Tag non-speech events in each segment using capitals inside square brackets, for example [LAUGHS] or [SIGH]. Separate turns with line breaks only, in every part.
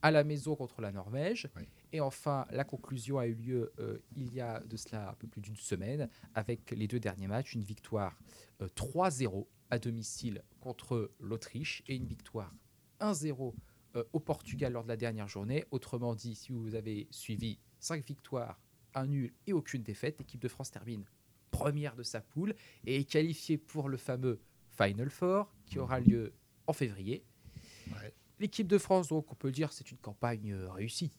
à la maison contre la Norvège.
Oui.
Et enfin, la conclusion a eu lieu euh, il y a de cela un peu plus d'une semaine, avec les deux derniers matchs, une victoire euh, 3-0 à domicile contre l'Autriche et une victoire 1-0 euh, au Portugal lors de la dernière journée. Autrement dit, si vous avez suivi 5 victoires, un nul et aucune défaite, l'équipe de France termine première de sa poule et est qualifiée pour le fameux Final Four qui aura lieu en février.
Ouais.
L'équipe de France, donc, on peut le dire, c'est une campagne euh, réussie.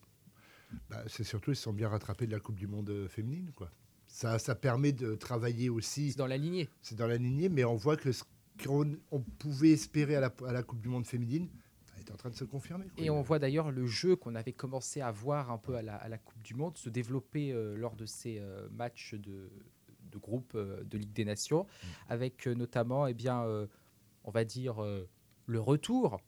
Bah, c'est surtout, ils se sont bien rattrapés de la Coupe du Monde euh, féminine. Quoi. Ça, ça permet de travailler aussi,
C'est dans la lignée.
c'est dans la lignée, mais on voit que ce qu'on on pouvait espérer à la, à la Coupe du Monde féminine bah, est en train de se confirmer. quoi.
Et on voit d'ailleurs le jeu qu'on avait commencé à voir un peu à la, à la Coupe du Monde se développer euh, lors de ces euh, matchs de, de groupe euh, de Ligue des Nations,
Mm.
avec euh, notamment, eh bien, euh, on va dire, euh, le retour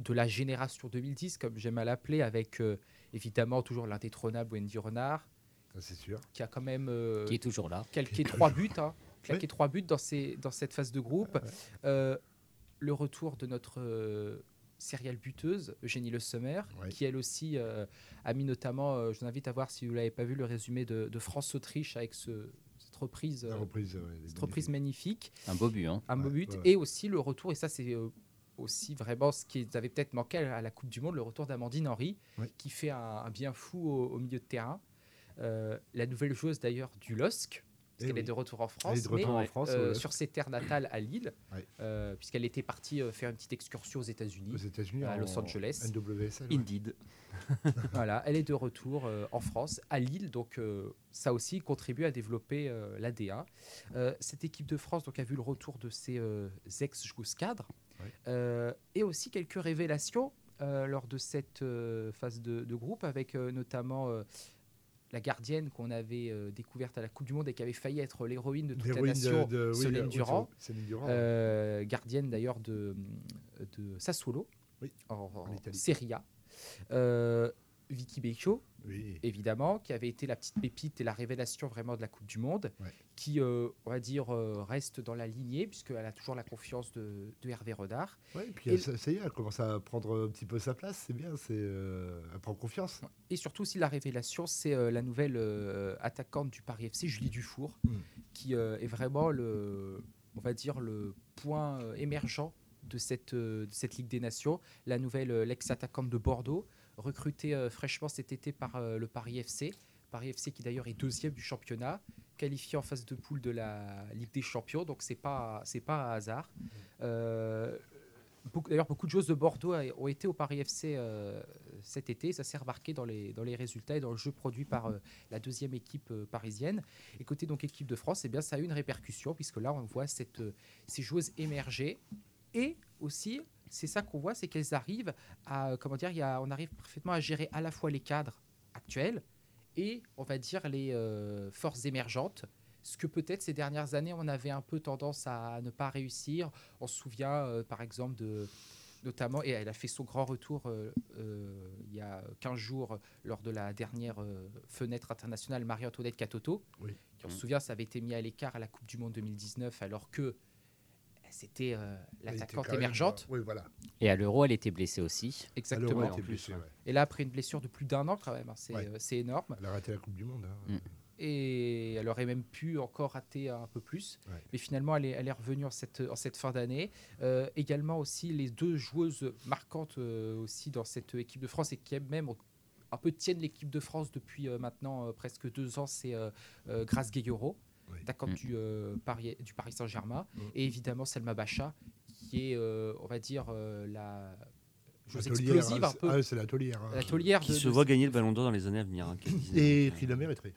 de la génération 2010, comme j'aime à l'appeler, avec euh, évidemment toujours l'indétrônable Wendy Renard,
Ça, c'est sûr.
qui a quand même euh,
qui est toujours là.
calqué trois buts, hein, claqué trois buts dans, ces, dans cette phase de groupe. Euh, le retour de notre euh, serial buteuse, Eugénie Le Sommer,
Ouais.
qui elle aussi euh, a mis notamment, euh, je vous invite à voir si vous ne l'avez pas vu, le résumé de, de France-Autriche avec ce- cette reprise.
La
euh,
reprise, ouais, des
cette reprise
magnifiques.
magnifique,
Un beau but. Hein.
un beau
Ouais,
but,
ouais, ouais.
et aussi le retour, et ça c'est euh, aussi vraiment ce qu'ils avaient peut-être manqué à la Coupe du Monde, le retour d'Amandine Henry,
Ouais.
qui fait un, un bien fou au, au milieu de terrain. Euh, la nouvelle joueuse d'ailleurs du LOSC,
Eh
parce qu'elle
oui.
est de retour en France,
Elle est de retour
mais,
en France
euh,
au-
sur ses terres natales à Lille,
Ouais.
euh, puisqu'elle était partie euh, faire une petite excursion aux
aux
États-Unis.
États-Unis,
à
en
Los Angeles.
NWSL. ouais.
Indeed.
[LAUGHS] voilà, elle est de retour euh, en France, à Lille, donc euh, ça aussi contribue à développer euh, l'ADA. Euh, cette équipe de France donc, a vu le retour de ses euh, ex-joueuses cadres
Ouais.
Euh, et aussi quelques révélations euh, lors de cette euh, phase de, de groupe, avec euh, notamment euh, la gardienne qu'on avait euh, découverte à la Coupe du Monde et qui avait failli être l'héroïne de toute la
L'héroïne
nation,
de- de- oui,
Solène
de-
Durand.
Céline Durand, ouais.
Euh, gardienne d'ailleurs de, de Sassuolo,
Oui,
en, en
Italie.
Serie A. Euh, Vicky Becchio,
Oui.
évidemment, qui avait été la petite pépite et la révélation vraiment de la Coupe du Monde,
Ouais.
qui, euh, on va dire, euh, reste dans la lignée, puisqu'elle a toujours la confiance de, de Hervé Renard.
Ouais, et puis
Et-
elle- ça, ça y est, elle commence à prendre un petit peu sa place, c'est bien, c'est, euh, elle prend confiance.
Et surtout, si la révélation, c'est euh, la nouvelle euh, attaquante du Paris FC, Julie Dufour,
Mm.
qui euh, est vraiment le, on va dire, le point euh, émergent de cette, euh, de cette Ligue des Nations. La nouvelle, euh, l'ex-attaquante de Bordeaux, recrutée euh, fraîchement cet été par euh, le Paris FC. Paris FC qui d'ailleurs est deuxième du championnat, qualifié en phase de poule de la Ligue des Champions, donc c'est pas c'est pas un hasard. Euh, beaucoup- D'ailleurs, beaucoup de joueuses de Bordeaux a- ont été au Paris FC euh, cet été. Ça s'est remarqué dans les, dans les résultats et dans le jeu produit par euh, la deuxième équipe euh, parisienne. Et côté donc équipe de France, eh bien, ça a eu une répercussion, puisque là, on voit cette, euh, ces joueuses émerger. Et aussi, c'est ça qu'on voit, c'est qu'elles arrivent à, euh, comment dire, il y a- on arrive parfaitement à gérer à la fois les cadres actuels et, on va dire, les euh, forces émergentes. Ce que peut-être ces dernières années, on avait un peu tendance à ne pas réussir. On se souvient, euh, par exemple, de notamment, et elle a fait son grand retour euh, euh, il y a 15 jours lors de la dernière euh, fenêtre internationale Marie-Antoinette Katoto.
Oui. Mmh.
Qui, on se
Mhm.
souvient, ça avait été mis à l'écart à la Coupe du Monde 2019, alors que c'était euh,
Elle était
l'attaquante
quand même,
émergente.
euh, oui, voilà.
Et à l'Euro, elle était blessée aussi.
Elle aurait
Exactement.
été
en plus,
blessée,
ouais.
ouais.
Et là, après une blessure de plus d'un an, quand même, hein, c'est
Ouais.
euh, c'est énorme.
Elle a raté la Coupe du Monde. hein.
Mm.
Et elle aurait même pu encore rater un peu plus.
Ouais.
Mais finalement, elle est, elle est revenue en cette, en cette fin d'année. Euh, également aussi, les deux joueuses marquantes euh, aussi dans cette équipe de France et qui elles, même un peu tiennent l'équipe de France depuis euh, maintenant euh, presque deux ans, c'est euh, euh, Grace Gueyoro,
Oui.
attaquante
Mm.
du, euh, Paris, du Paris Saint-Germain.
Mm.
Et évidemment, Selma Bacha, qui est, euh, on va dire, euh, la joueuse
La taulière,
explosive
hein,
un
c'est-
peu.
ah, c'est la taulière. hein.
la taulière
Qui
de-
se
de
voit gagner le ballon d'or dans les années à venir. hein, qui-
Et qui la mériterait.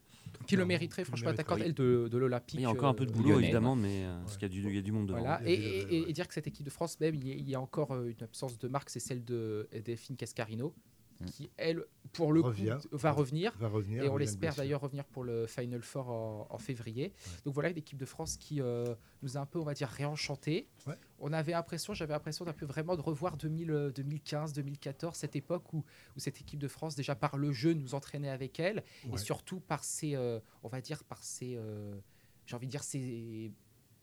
qui le
Clairement,
mériterait,
qui le
franchement,
mériterait.
attaquant elle de, de l'Olympique.
Il y a encore un peu de boulot,
lyonnais.
évidemment, mais euh, parce
Ouais.
qu'il y a du, il y a du monde devant.
Voilà.
Il y
Et,
a du-
et- et-
ouais.
et dire que cette équipe de France, même, il y a, il y a encore euh, une absence de marque, c'est celle de Delphine Cascarino,
Mm.
qui, elle, pour le
Revient.
coup, va revenir.
Va revenir.
Et on
elle vient de
l'espère
blessure.
d'ailleurs revenir pour le Final Four en, en février. Donc voilà l'équipe de France qui euh, nous a un peu, on va dire, réenchanté.
Ouais.
On avait l'impression, j'avais l'impression d'un peu vraiment de revoir 2000, euh, 2015, 2014, cette époque où, où cette équipe de France, déjà par le jeu, nous entraînait avec elle
Ouais.
et surtout par ces, euh, on va dire, par ces, euh, j'ai envie de dire, ces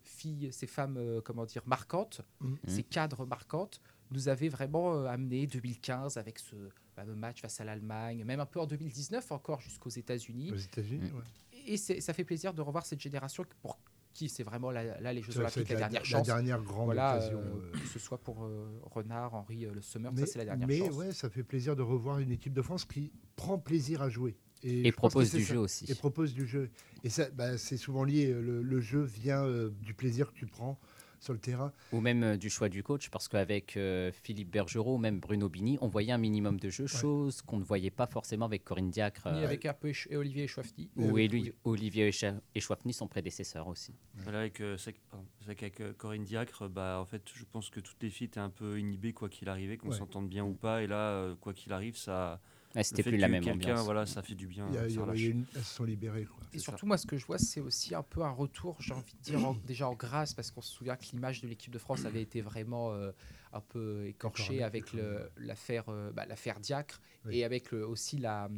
filles, ces femmes, euh, comment dire, marquantes,
Mm.
Mhm.
ces cadres marquantes nous avait vraiment euh, amené 2015 avec ce fameux match face à l'Allemagne, même un peu en 2019 encore jusqu'aux États-Unis.
Aux États-Unis, ouais.
Et c'est- ça fait plaisir de revoir cette génération pour qui c'est vraiment là, là, les Jeux
Ça,
Olympiques
c'est
la,
la-
dernière
la
chance.
dernière grande
voilà,
occasion,
euh,
euh.
que ce soit pour euh, Renard, Henri euh, Le Sommer, ça c'est la dernière
mais
chance.
ouais, ça fait plaisir de revoir une équipe de France qui prend plaisir à jouer. je
Et
pense que
propose
c'est
du
ça.
jeu aussi.
Et propose du jeu. Et ça, bah, c'est souvent lié. Le, le jeu vient euh, du plaisir que tu prends sur le terrain.
Ou même euh, du choix du coach, parce qu'avec euh, Philippe Bergerot, même Bruno Bini, on voyait un minimum de jeu, chose qu'on ne voyait pas forcément avec Corinne Diacre
Ni
euh,
avec un peu Esch- et Olivier Chouafti.
ou
Euh,
Élu- Olivier Echa- Echouafny, son prédécesseur aussi.
Voilà, avec, euh, c'est vrai que- pardon, c'est vrai qu'avec, euh, Corinne Diacre, bah, en fait, je pense que toutes les filles étaient un peu inhibées, quoi qu'il arrivait, qu'on
Ouais.
s'entende bien ou pas. Et là, euh, quoi qu'il arrive, ça.
Ah,
le
C'était
fait
plus la
que
même
quelqu'un,
ambiance.
Voilà, ça fait du bien.
Il y a-
ça
il y a-
relâche.
il y a une- elles se sont libérées. Quoi.
Et
C'est
surtout, moi, ce que je vois, c'est aussi un peu un retour, j'ai envie de dire,
[CLEARS THROAT]
en- déjà en grâce, parce qu'on se souvient que l'image de l'équipe de France avait été vraiment euh, un peu écorchée
Écornée,
avec le- l'affaire euh, bah, l'affaire Diacre
Oui.
et avec le- aussi la,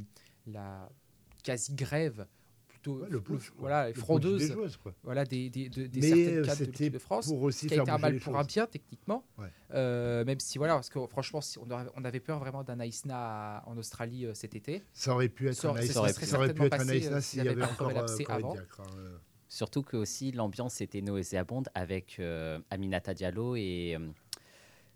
la quasi-grève, plutôt
Ouais, le
f-
putsch, quoi.
voilà,
Le putsch des
frondeuse
joueuses, quoi.
voilà, des, des, de- des
Mais
certaines
euh,
cadres de
c'était
l'équipe de France.
pour
Ce
aussi
qui a
faire
été un
bouger
mal
les
pour
choses.
un bien techniquement,
Ouais.
Euh, même si voilà, parce que franchement, si on, aurait- on avait peur vraiment d'un Aisna à- en Australie euh, cet été.
Ça aurait pu être
Ça
un
aurait-
ça
Aïsna.
aurait
Ça aurait pu
certainement
être un
passé,
Aïsna
euh,
s'il
s'il
y
y
avait
avait pas
encore
Corel
euh,
Apsé
Corinne
avant.
Diacre, hein, euh.
Surtout que aussi l'ambiance était nauséabonde avec euh, Aminata Diallo et euh,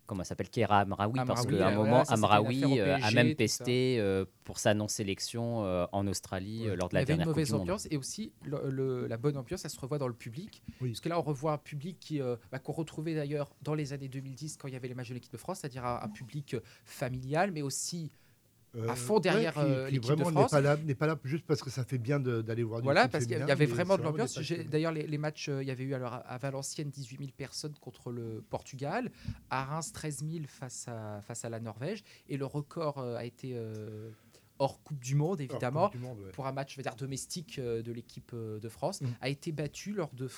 comment elle s'appelle Kera Amraoui parce
Amraoui,
qu'à un
euh,
moment
voilà, ça, c'était l'affaire
Amraoui
au
euh, a
PSG,
même
tout
pesté euh, pour sa non sélection euh, en Australie euh, lors de
Il y
la
avait une
dernière Coupe
mauvaise
du Monde.
ambiance et aussi le- le- la bonne ambiance, elle se revoit dans le public.
Oui.
Parce que là, on revoit un public qui, euh, bah, qu'on retrouvait d'ailleurs dans les années 2010 quand il y avait les matchs de l'équipe de France, c'est-à-dire un, un public euh, familial, mais aussi
Euh,
fond
ouais,
derrière,
qui-
euh,
qui
l'équipe de
vraiment n'est
France.
pas là- n'est pas là juste parce que ça fait bien de- d'aller voir du
Voilà,
foot
parce qu'il y
féminin,
avait
mais
vraiment de
c'est des
l'ambiance.
passions.
J'ai- D'ailleurs, les, les matchs, euh, il y avait eu alors à- à Valenciennes 18 000 personnes contre le Portugal, à Reims 13 000 face à, face à la Norvège, et le record euh, a été euh, hors Coupe du Monde,
Alors,
évidemment,
Coupe du Monde, ouais.
pour un match je veux dire, domestique euh, de l'équipe euh, de France,
Mhm.
a été battu lors de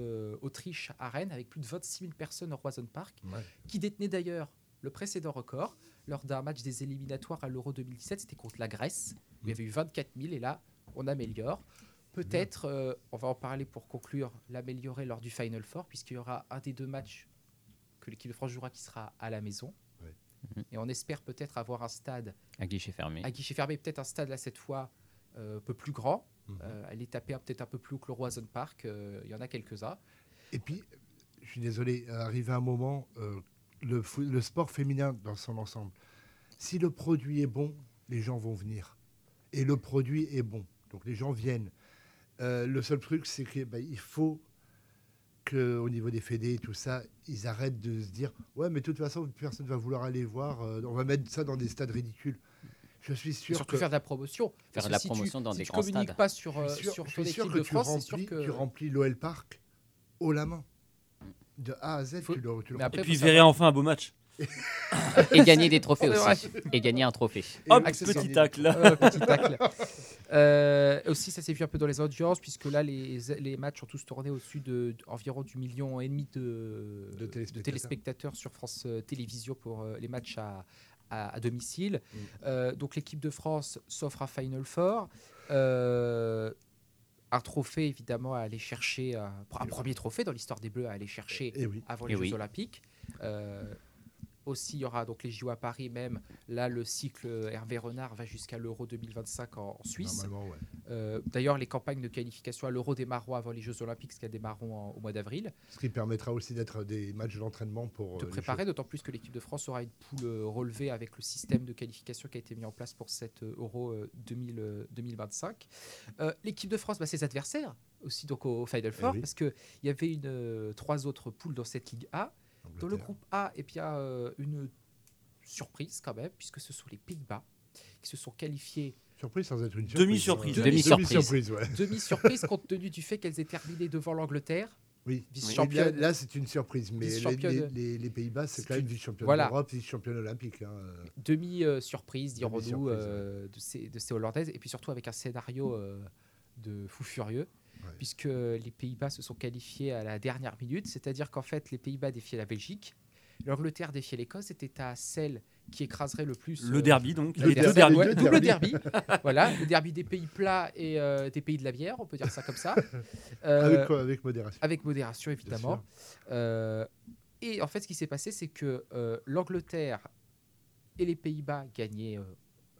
France-Autriche à Rennes, avec plus de 26 000 personnes au Roison Park,
Ouais.
qui détenait d'ailleurs le précédent record lors d'un match des éliminatoires à l'Euro 2017. C'était contre la Grèce. où Il
Mm.
y avait eu 24 000 et là, on améliore. Peut-être, euh, on va en parler pour conclure, l'améliorer lors du Final Four, puisqu'il y aura un des deux matchs que l'équipe de France jouera qui sera à la maison.
Ouais.
Mhm. Et on espère peut-être avoir un stade
À guichet fermé.
à guichet fermé, peut-être un stade là cette fois euh, un peu plus grand.
Mhm.
Euh, aller taper un- peut-être un peu plus haut que le Roison Park. euh, Il y en a quelques-uns.
Et puis, je suis désolé, arrivé un moment, euh, le, fou- le sport féminin dans son ensemble, si le produit est bon, les gens vont venir. Et le produit est bon, donc les gens viennent. Euh, le seul truc, c'est qu'il faut qu'au niveau des fédés et tout ça, ils arrêtent de se dire Ouais, mais de toute façon, personne ne va vouloir aller voir, euh, on va mettre ça dans des stades ridicules. Je suis
Et
sûr
Surtout
que.
faire de la promotion.
Faire
Parce
de
que
la
si
promotion
tu,
dans
si
des
tu
grands
communiques
stades.
pas sur,
Je
euh,
suis sûr-
sur
je
ton
suis sûr
équipe
que
de
tu
France, c'est sûr
remplis-
que
tu remplis l'OL Park haut la main. De A à Z,
Faut-
tu le, tu le
Mais
remplis.
Après,
et puis,
faut
verrait
savoir-
enfin un beau match.
Et gagner des trophées
[LAUGHS] C'est
aussi. Et gagner un
[LAUGHS]
trophée.
Et
Hop,
accessoire.
petit tacle.
Euh, petit tacle. Euh, aussi, ça s'est vu un peu dans les audiences, puisque là, les, les matchs ont tous tourné au-dessus de, environ du million et demi de,
De téléspectateurs.
téléspectateurs sur France euh, Télévisions pour euh, les matchs à, à- à domicile.
Mm.
Euh, donc l'équipe de France s'offre un Final Four. Euh, un trophée, évidemment, à aller chercher, un, un premier trophée dans l'histoire des Bleus à aller chercher
Eh oui.
avant
Eh
les
oui.
Jeux Olympiques. Euh, aussi, il y aura donc les JO à Paris, même là, le cycle Hervé Renard va jusqu'à l'Euro 2025 en, en Suisse.
Normalement, ouais.
Euh, D'ailleurs, les campagnes de qualification à l'Euro démarreront avant les Jeux Olympiques, ce qui démarreront en- au mois d'avril,
Ce qui permettra aussi d'être des matchs d'entraînement pour
de
euh, les
préparer, d'autant plus que l'équipe de France aura une poule euh, relevée avec le système de qualification qui a été mis en place pour cet euh, Euro euh, 2000, euh, 2025. Euh, l'équipe de France, bah, ses adversaires aussi, donc au, au Final Four,
oui.
parce qu'il y avait une, euh, trois autres poules dans cette Ligue A.
Jeux
Dans le
d'Angleterre.
groupe A, eh bien, euh, une surprise quand même, puisque ce sont les Pays-Bas qui se sont
[LAUGHS]
qualifiés.
Surprise sans être une surprise.
Demi-surprise.
hein.
Demi-surprise.
Demi-surprise, ouais.
Demi-surprise compte tenu du fait qu'elles aient terminé devant l'Angleterre,
Oui.
vice-championne.
Et bien, Là, c'est une surprise, mais les,
Vice-championne.
les- les- les Pays-Bas, c'est
C'est
quand même
une-
vice-championne
Voilà.
d'Europe, vice-championne olympique. hein.
Demi-surprise, dirons-nous,
Demi-surprise,
euh, de, ces, de ces Hollandaises, et puis surtout avec un scénario euh, de fou furieux,
Ouais.
puisque les Pays-Bas se sont qualifiés à la dernière minute, c'est-à-dire qu'en fait, les Pays-Bas défiaient la Belgique, l'Angleterre défiait l'Écosse, c'était à celle qui écraserait le plus
Le
euh,
derby, donc.
le
Les
derby.
deux
Ouais,
derbies.
Le
double derby. [LAUGHS] voilà, le derby des pays plats et euh, des pays de la bière, on peut dire ça comme ça. Euh,
Avec, quoi Avec modération.
avec modération, évidemment. Euh, Et en fait, ce qui s'est passé, c'est que euh, l'Angleterre et les Pays-Bas gagnaient euh,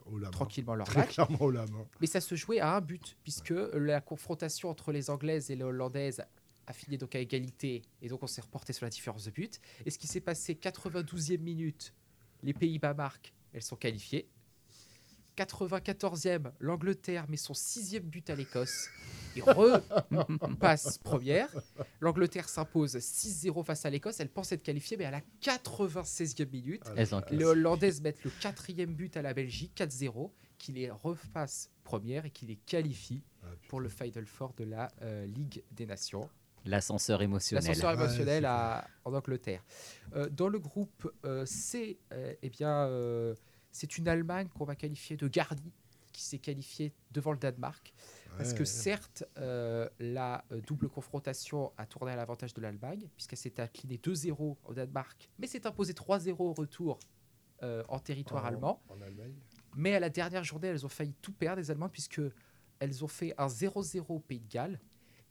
Haut la main.
tranquillement leur
Très
match.
clairement haut la main.
Mais ça se jouait à un but, puisque la confrontation entre les Anglaises et les Hollandaises a fini donc à égalité, et donc on s'est reporté sur la différence de but. Et ce qui s'est passé, 92e minute, les Pays-Bas marquent, elles sont qualifiées. 94e, l'Angleterre met son sixième but à l'Écosse et repasse première. L'Angleterre s'impose 6-0 face à l'Écosse. Elle pense être qualifiée, mais à la 96e minute,
Ah,
Elles ont
les Hollandaises mettent le quatrième but à la Belgique, 4-0, qui les refasse première et qui les qualifie
Ah, putain.
pour le Final Four de la euh, Ligue des Nations.
L'ascenseur émotionnel.
L'ascenseur
Ouais,
émotionnel
c'est
à, en Angleterre. Euh, dans le groupe euh, C, euh, eh bien, euh, c'est une Allemagne qu'on va qualifier de garnie, qui s'est qualifiée devant le Danemark. Parce
Ouais,
que
ouais.
certes, euh, la euh, double confrontation a tourné à l'avantage de l'Allemagne, puisqu'elle s'est inclinée 2-0 au Danemark, mais s'est imposée 3-0 au retour euh, en territoire
En-
allemand.
En Allemagne.
Mais à la dernière journée, elles ont failli tout perdre, les Allemandes, puisque elles ont fait un 0-0 au Pays de Galles.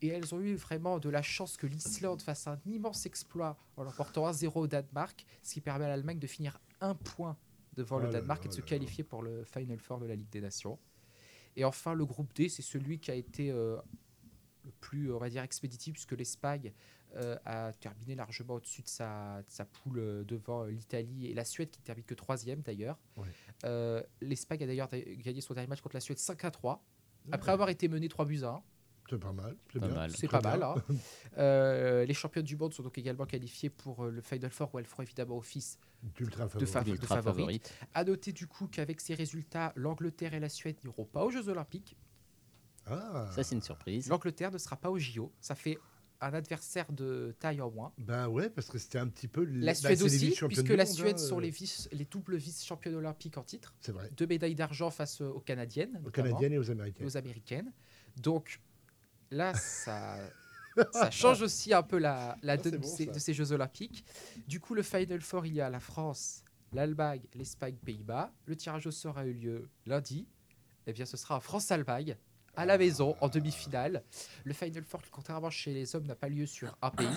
Et elles ont eu vraiment de la chance que l'Islande fasse un immense exploit en l'emportant 1-0 au Danemark, ce qui permet à l'Allemagne de finir un point devant
Oh
le
là
Danemark
là,
et de se
oh là là.
qualifier pour le Final Four de la Ligue des Nations. Et enfin, le groupe D, c'est celui qui a été euh, le plus, on va dire, expéditif, puisque l'Espagne euh, a terminé largement au-dessus de sa, de sa poule euh, devant euh, l'Italie et la Suède, qui ne termine que troisième d'ailleurs.
Ouais.
Euh, L'Espagne a d'ailleurs da- gagné son dernier match contre la Suède 5 à 3, après avoir été menée 3 buts à 1.
C'est pas mal.
Pas
bien.
mal.
C'est
Très
pas mal.
bien. [LAUGHS]
hein. Euh, les championnes du monde sont donc également qualifiées pour euh, le Final Four où elles feront évidemment office.
D'ultra
De
favori.
fa-
L'ultra
de favorite.
favorite.
À noter du coup qu'avec ces résultats, l'Angleterre et la Suède n'iront pas aux Jeux Olympiques.
Ah.
Ça, c'est une surprise.
L'Angleterre ne sera pas aux JO. Ça fait un adversaire de taille en moins.
Bah ouais, parce que c'était un petit peu.
La Suède aussi, puisque la Suède
hein, euh.
sont les, vice, les doubles vice-championnes olympiques en titre.
C'est vrai.
Deux médailles d'argent face aux Canadiennes.
Aux
notamment.
Canadiennes et aux
et
Américaines.
aux américaines. Donc là,
[LAUGHS]
ça, ça change aussi un peu la, la
Ah,
donne
c'est
de,
bon,
ces,
ça.
de ces Jeux Olympiques. Du coup, le Final Four, il y a la France, l'Allemagne, l'Espagne, Pays-Bas. Le tirage au sort a eu lieu lundi. Eh bien, ce sera un France-Allemagne à
Ah.
la maison en demi-finale. Le Final Four, qui contrairement chez les hommes, n'a pas lieu sur un
[COUGHS]
pays.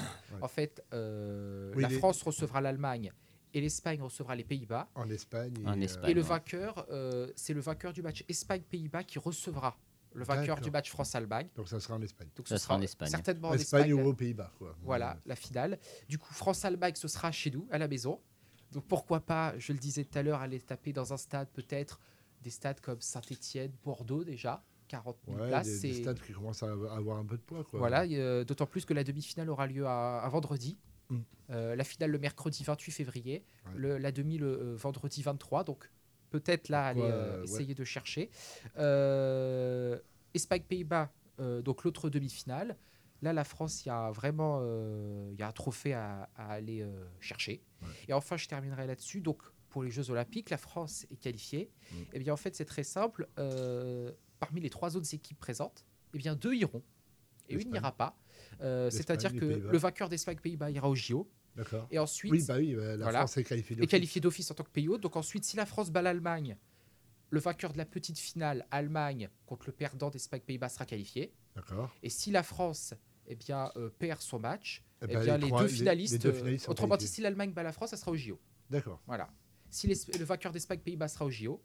En fait, euh,
Oui,
la
les-
France recevra l'Allemagne et l'Espagne recevra les Pays-Bas.
En Espagne. et,
En
euh,
Espagne.
Et le
Ouais.
vainqueur, euh, c'est le vainqueur du match Espagne-Pays-Bas qui recevra le vainqueur
D'accord.
du match France-Allemagne.
Donc ça sera en Espagne.
Donc
Ça
ce
sera en Espagne.
Certainement
En
en
Espagne,
Espagne.
ou aux Pays-Bas, quoi.
Voilà, la finale. Du coup, France-Allemagne, ce sera chez nous, à la maison. Donc pourquoi pas, je le disais tout à l'heure, aller taper dans un stade, peut-être des stades comme Saint-Etienne, Bordeaux déjà, 40 000
Ouais,
places.
des, des
et-
stades qui commencent à avoir un peu de poids, quoi.
Voilà, et, euh, d'autant plus que la demi-finale aura lieu à, à vendredi.
Mm.
Euh, la finale le mercredi 28 février,
Ouais.
le- la demi le euh, vendredi 23. Donc peut-être là aller
Pourquoi,
euh,
euh, ouais.
essayer de chercher. Euh, Espagne Pays-Bas, euh, donc l'autre demi-finale. Là, la France, il y a vraiment euh, il y a un trophée à, à aller euh, chercher.
Ouais.
Et enfin, je terminerai là-dessus. Donc, pour les Jeux Olympiques, la France est qualifiée.
Mm.
Et bien, en fait, c'est très simple. Euh, parmi les trois autres équipes présentes, eh bien, deux iront et une
L'Espagne.
n'ira pas. Euh,
L'Espagne,
C'est-à-dire
les
que
Pays-Bas.
le vainqueur d'Espagne-Pays-Bas ira au JO.
D'accord.
Et ensuite,
Oui, bah oui, bah, la
Voilà.
France est qualifiée.
est
d'office.
qualifié d'office en tant que pays hôte. Donc ensuite, si la France bat l'Allemagne, le vainqueur de la petite finale, Allemagne, contre le perdant d'Espagne-Pays-Bas, sera qualifié.
D'accord.
Et si la France eh bien, euh, perd son match,
Eh
eh
ben,
bien,
les
les,
trois-
deux
les- les
finalistes,
deux
euh,
finalistes sont
autrement dit,
qualifiés.
si l'Allemagne bat la France, ça sera au JO.
D'accord.
Voilà. Si l'Es- le vainqueur d'Espagne-Pays-Bas sera au JO,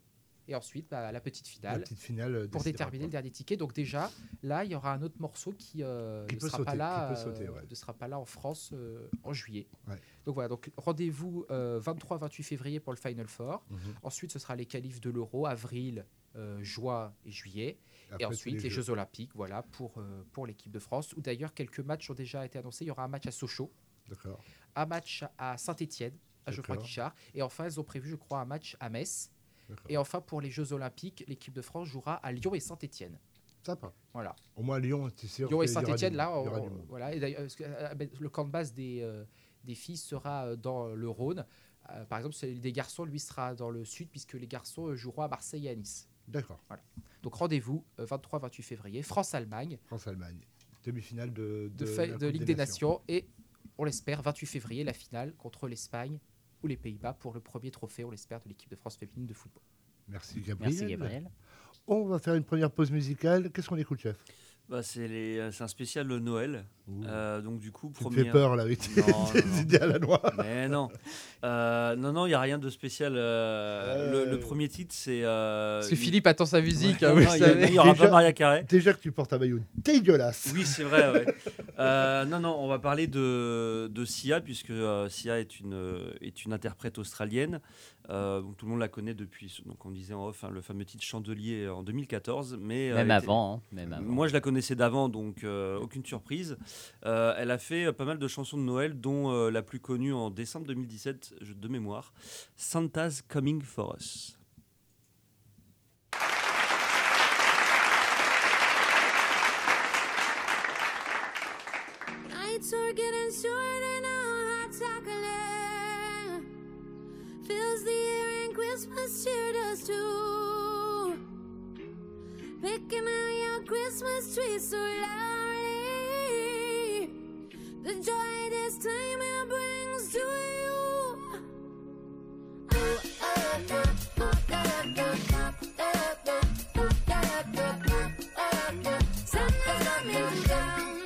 et ensuite, bah, la petite
La
finale
petite finale. euh,
pour
décidera,
déterminer le
quoi.
dernier ticket. Donc déjà, là, il y aura un autre morceau qui, euh,
Qui
ne,
peut
sera pas
sauter,
là,
qui peut sauter,
euh,
ouais.
ne sera pas là en France euh, en juillet.
Ouais.
Donc voilà, donc rendez-vous 23-28 février pour le Final Four.
Mhm.
Ensuite, ce sera les qualifs de l'Euro, avril, euh, juin et juillet.
Après,
et
tous
ensuite, les,
jeux.
Jeux. Olympiques, voilà, pour, euh, pour l'équipe de France, où d'ailleurs, quelques matchs ont déjà été annoncés. Il y aura un match à Sochaux,
D'accord.
un match à Saint-Étienne, à Geoffroy
D'accord.
Guichard. Et enfin, elles ont prévu, je crois, un match à Metz.
D'accord.
Et enfin, pour les Jeux Olympiques, l'équipe de France jouera à Lyon et Saint-Étienne.
Sympa.
Voilà.
Au moins, Lyon, c'est sûr.
Lyon et
qu'il y aura du
Saint-Etienne,
monde.
là,
Il y aura
on-
du monde.
voilà. Et d'ailleurs, parce que, euh, ben, le camp de base des, euh, des filles sera euh, dans le Rhône. Euh, par exemple, celui des garçons, lui, sera dans le sud, puisque les garçons euh, joueront à Marseille et à Nice.
D'accord.
Donc rendez-vous, euh, 23-28 février, France-Allemagne,
France-Allemagne. Demi-finale de,
de,
la
fa- de
Coupe
Ligue des Nations. Et on l'espère, 28 février, la finale contre l'Espagne ou les Pays-Bas pour le premier trophée, on l'espère, de l'équipe de France féminine de
Euh,
football.
Merci Gabriel.
Merci, Gabriel.
On va faire une première pause musicale. Qu'est-ce qu'on écoute, chef
Bah, c'est les- c'est un spécial euh, Noël.
Ouh.
Euh, donc du coup,
Tu me
première.
fais peur là avec tes,
Non,
[LAUGHS]
non,
tes
non.
idées à la noix.
Mais non, Euh, non, non, il y a rien de spécial. euh,
Ouais.
le, le premier titre, c'est. euh,
Parce que
une-
Philippe attend sa musique, hein,
Non,
vous
non, il y a-
savez.
Il y aura
Déjà-
pas
[LAUGHS]
Maria Carré.
Déjà que tu portes un maillot dégueulasse.
Oui, c'est vrai. ouais. Euh, non, non, on va parler de, de Sia, puisque euh, Sia est une, euh, est une interprète australienne. Euh, bon, tout le monde la connaît depuis, ce- donc on disait en off, hein, le fameux titre Chandelier euh, en 2014. Mais, euh,
Même
était-
avant, hein, même avant.
Moi, je la connaissais d'avant, donc euh, aucune surprise. Euh, elle a fait euh, pas mal de chansons de Noël, dont euh, la plus connue en décembre 2017, je- de mémoire, Santa's Coming For Us.
Nights are getting shorter now, hot chocolate fills the air and Christmas cheer does too. Picking out your Christmas tree so loudly, the joy this time it brings to you. Oh, oh, oh, oh, oh, oh, oh, oh, oh, oh, oh, oh, oh, oh. Santa's coming down.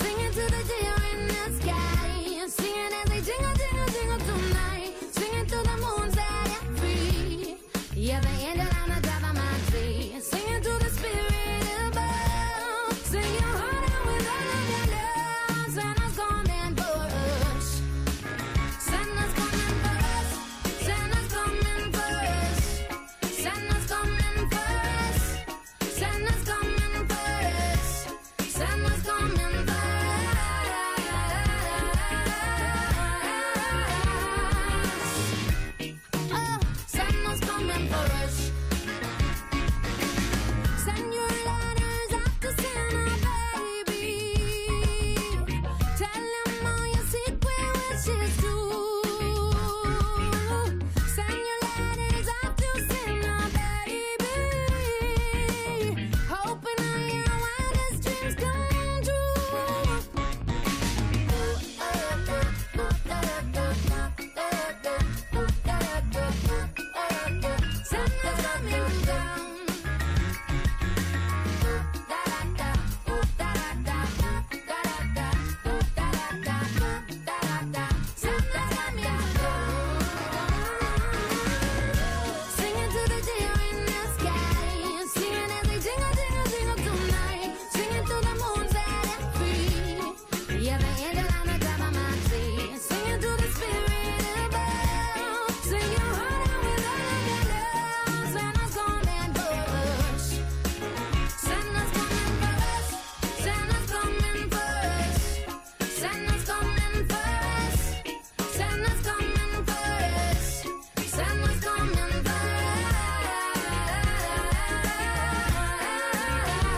Singing to the deer in the sky, singing as they jingle, jingle, jingle tonight. Singing to the moon's that are free. Yeah, the angel on the top of my tree, singing to the spirit above. Sing your heart out with all of your love. Santa's coming for us. Santa's coming for us. Santa's coming for us. Santa's coming for us. Santa's coming for us. Santa's coming for us. Oh, Santa's coming for us. Send your letters out to Santa, baby. Tell him all your secret wishes too. Send your letters out to Santa, baby. Hoping all your wildest dreams come true. Santa's coming down. Singing to the deer in the sky, singing as they jingle, jingle, jingle tonight. Singing to the moon's that are free. Yeah, the angel on the top of my tree, singing to the spirit above. Sing your heart out with all of your love. Santa's coming for us. Santa's coming for us. Santa's coming for us. Santa's coming for us. Santa's coming for us. Santa's coming for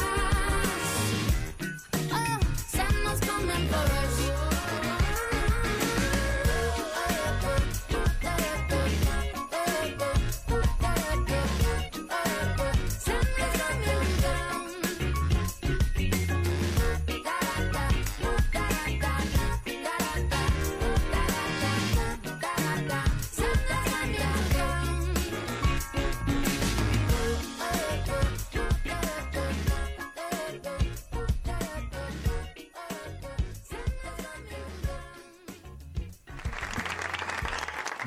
us. Oh, Santa's coming for us. Santa's coming down.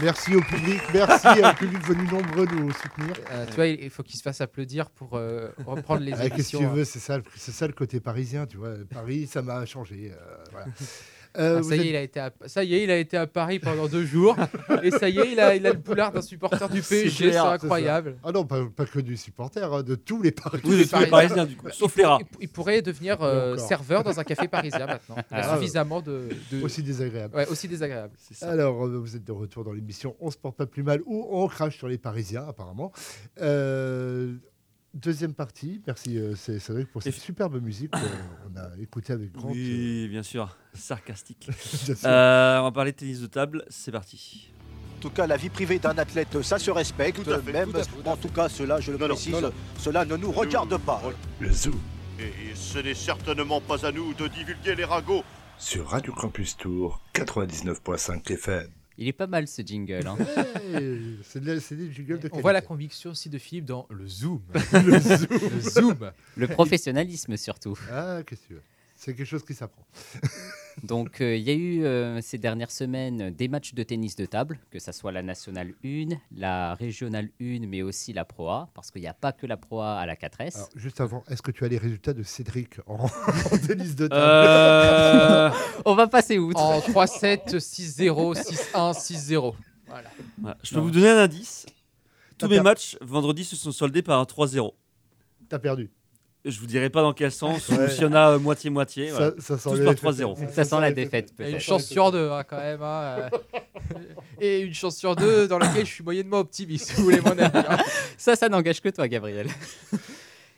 Merci au public, merci au public venu nombreux nous soutenir.
Euh, tu vois, il il faut qu'il se fasse applaudir pour euh, reprendre [LAUGHS] les
Ah, Qu'est-ce que
émissions.
tu
hein.
veux C'est ça, le- c'est ça le côté parisien, tu vois. Paris, ça m'a changé. euh,
[LAUGHS]
voilà. Euh,
Ah,
vous
ça, y est,
êtes-
il a été à... ça y est, il a été à Paris pendant deux [LAUGHS] jours. et ça y est, il a, il a le boulard d'un supporter du
C'est
PSG. C'est
clair, c'est
incroyable.
Ah non, pas, pas que du supporter, hein, de tous les paris. Bah,
Oui,
les
c'est tous les
Parisiens.
Parisiens, du coup, sauf les rats.
Il, il pourrait devenir euh,
Encore.
serveur dans un café parisien maintenant. Il a
Ah,
suffisamment de. de-
Aussi désagréable.
Ouais, aussi désagréable.
C'est ça.
Alors, euh, vous êtes de retour dans l'émission On se porte pas plus mal ou on crache sur les Parisiens, apparemment. Euh, deuxième partie, merci euh, c'est Cédric pour cette
Eff-
superbe musique qu'on a écoutée avec grand euh,
Oui, bien sûr,
[LAUGHS]
sarcastique.
enthousiasme.
Euh, on va parler de tennis de table, c'est parti.
En tout cas, la vie privée d'un athlète, ça se respecte,
Tout à fait,
même,
tout à fait, tout à
en tout cas, cela, je le
Non, non,
précise,
non, non.
cela ne nous regarde pas.
Et, et ce n'est certainement pas à nous de divulguer les ragots. sur Radio Campus Tour 99.5 FM.
Il est pas mal ce jingle. hein.
Hey, c'est de la- c'est des jingles de
On voit la
qualité.
conviction aussi de Philippe dans le zoom. [LAUGHS] le zoom. Le zoom.
[LAUGHS]
Le professionnalisme surtout.
Ah, qu'est-ce que tu veux C'est quelque chose qui s'apprend.
Donc, euh, il y a eu euh, ces dernières semaines des matchs de tennis de table, que ce soit la nationale 1, la régionale 1, mais aussi la Pro A, parce qu'il n'y a pas que la Pro A à la 4S.
Alors, juste avant, est-ce que tu as les résultats de Cédric en, [LAUGHS] en tennis de table [LAUGHS]
Euh,
On va passer outre.
En 3-7, 6-0, 6-1, 6-0.
voilà, je peux vous donner un indice. Tous mes
T'as-
matchs vendredi se sont soldés par un 3-0.
T'as perdu.
Je vous dirai pas dans quel sens,
Ouais.
ou s'il y en a euh, moitié-moitié. voilà.
Ça, ça sent
Tous
le
par
FFP.
3-0.
Ouais,
Ça sent
le
la
FFP.
défaite,
Et une
peut-être.
chance sur deux, hein, quand même. hein, euh. Et une chance sur deux dans laquelle je suis moyennement optimiste, si vous voulez mon avis. hein.
Ça, ça n'engage que toi, Gabriel. [LAUGHS]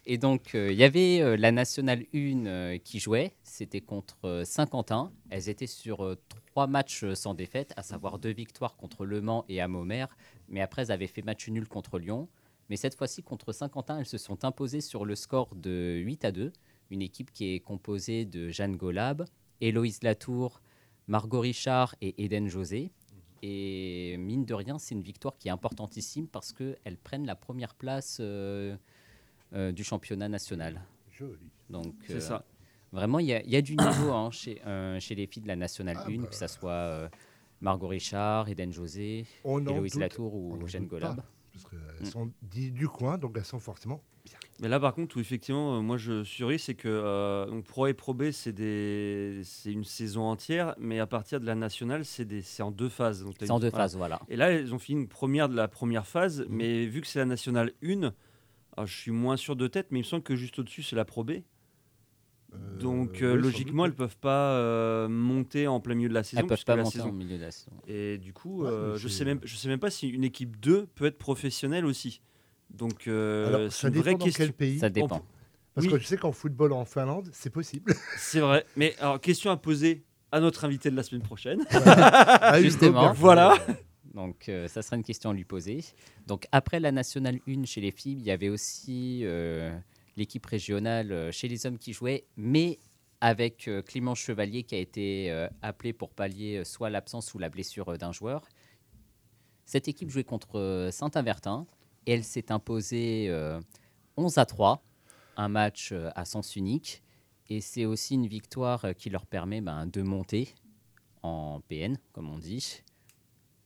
Et donc, euh, il y avait euh, la nationale 1 euh, qui jouait. C'était contre euh, Saint-Quentin. Elles étaient sur euh, trois matchs euh, sans défaite, à savoir deux victoires contre Le Mans et à Maumère. Mais après, elles avaient fait match nul contre Lyon. Mais cette fois-ci, contre Saint-Quentin, elles se sont imposées sur le score de 8 à 2. Une équipe qui est composée de Jeanne Golab, Héloïse Latour, Margot Richard et Eden José.
Mhm.
Et mine de rien, c'est une victoire qui est importantissime parce qu'elles prennent la première place euh, euh, du championnat national.
Joli.
Donc,
C'est
euh,
ça.
Vraiment, il y, a- il y a du niveau hein, chez, euh, chez les filles de la Nationale
Ah
1,
bah.
que ce soit euh, Margot Richard, Eden José,
On en
Héloïse
doute,
Latour
on en
ou Jeanne
doute pas,
Golab.
Parce qu'elles sont dites du coin, donc elles sont forcément.
Mais là, par contre, où effectivement, euh, moi, je suis riche, c'est que euh, donc Pro A et Pro B, c'est des... c'est une saison entière, mais à partir de la nationale, c'est des... c'est en deux phases. Donc, t'as
C'est en
une-
deux
voilà.
phases, Mhm. voilà.
Et là, ils ont fini une première de la première phase, mais vu que c'est la nationale 1, alors, je suis moins sûr de tête, mais il me semble que juste au-dessus, c'est la Pro B.
euh,
Donc,
oui,
euh,
sans
logiquement,
doute.
elles peuvent pas euh, monter en plein milieu de la saison.
Elles peuvent
puisque
pas
la
monter
saison-
en milieu de la saison.
Et du coup,
Ouais,
euh,
mais
je
c'est-
sais même, je sais même pas si une équipe 2 peut être professionnelle aussi. Donc, euh,
Alors,
c'est
ça
une
dépend
vraie
dans
question.
quel pays.
Ça dépend.
Parce
Oui.
que je sais qu'en football en Finlande, c'est possible.
[LAUGHS] C'est vrai. Mais alors, question à poser à notre invité de la semaine prochaine.
Ah, Hugo
Justement.
Berger.
Voilà.
Donc, euh, ça sera une question à lui poser. Donc, après la nationale 1 chez les filles, il y avait aussi euh, l'équipe régionale euh, chez les hommes qui jouait, mais avec euh, Clément Chevalier qui a été euh, appelé pour pallier euh, soit l'absence ou la blessure euh, d'un joueur. Cette équipe jouait contre euh, Saint-Avertin et elle s'est imposée euh, 11 à 3, un match euh, à sens unique. Et c'est aussi une victoire euh, qui leur permet ben, de monter en PN, comme on dit.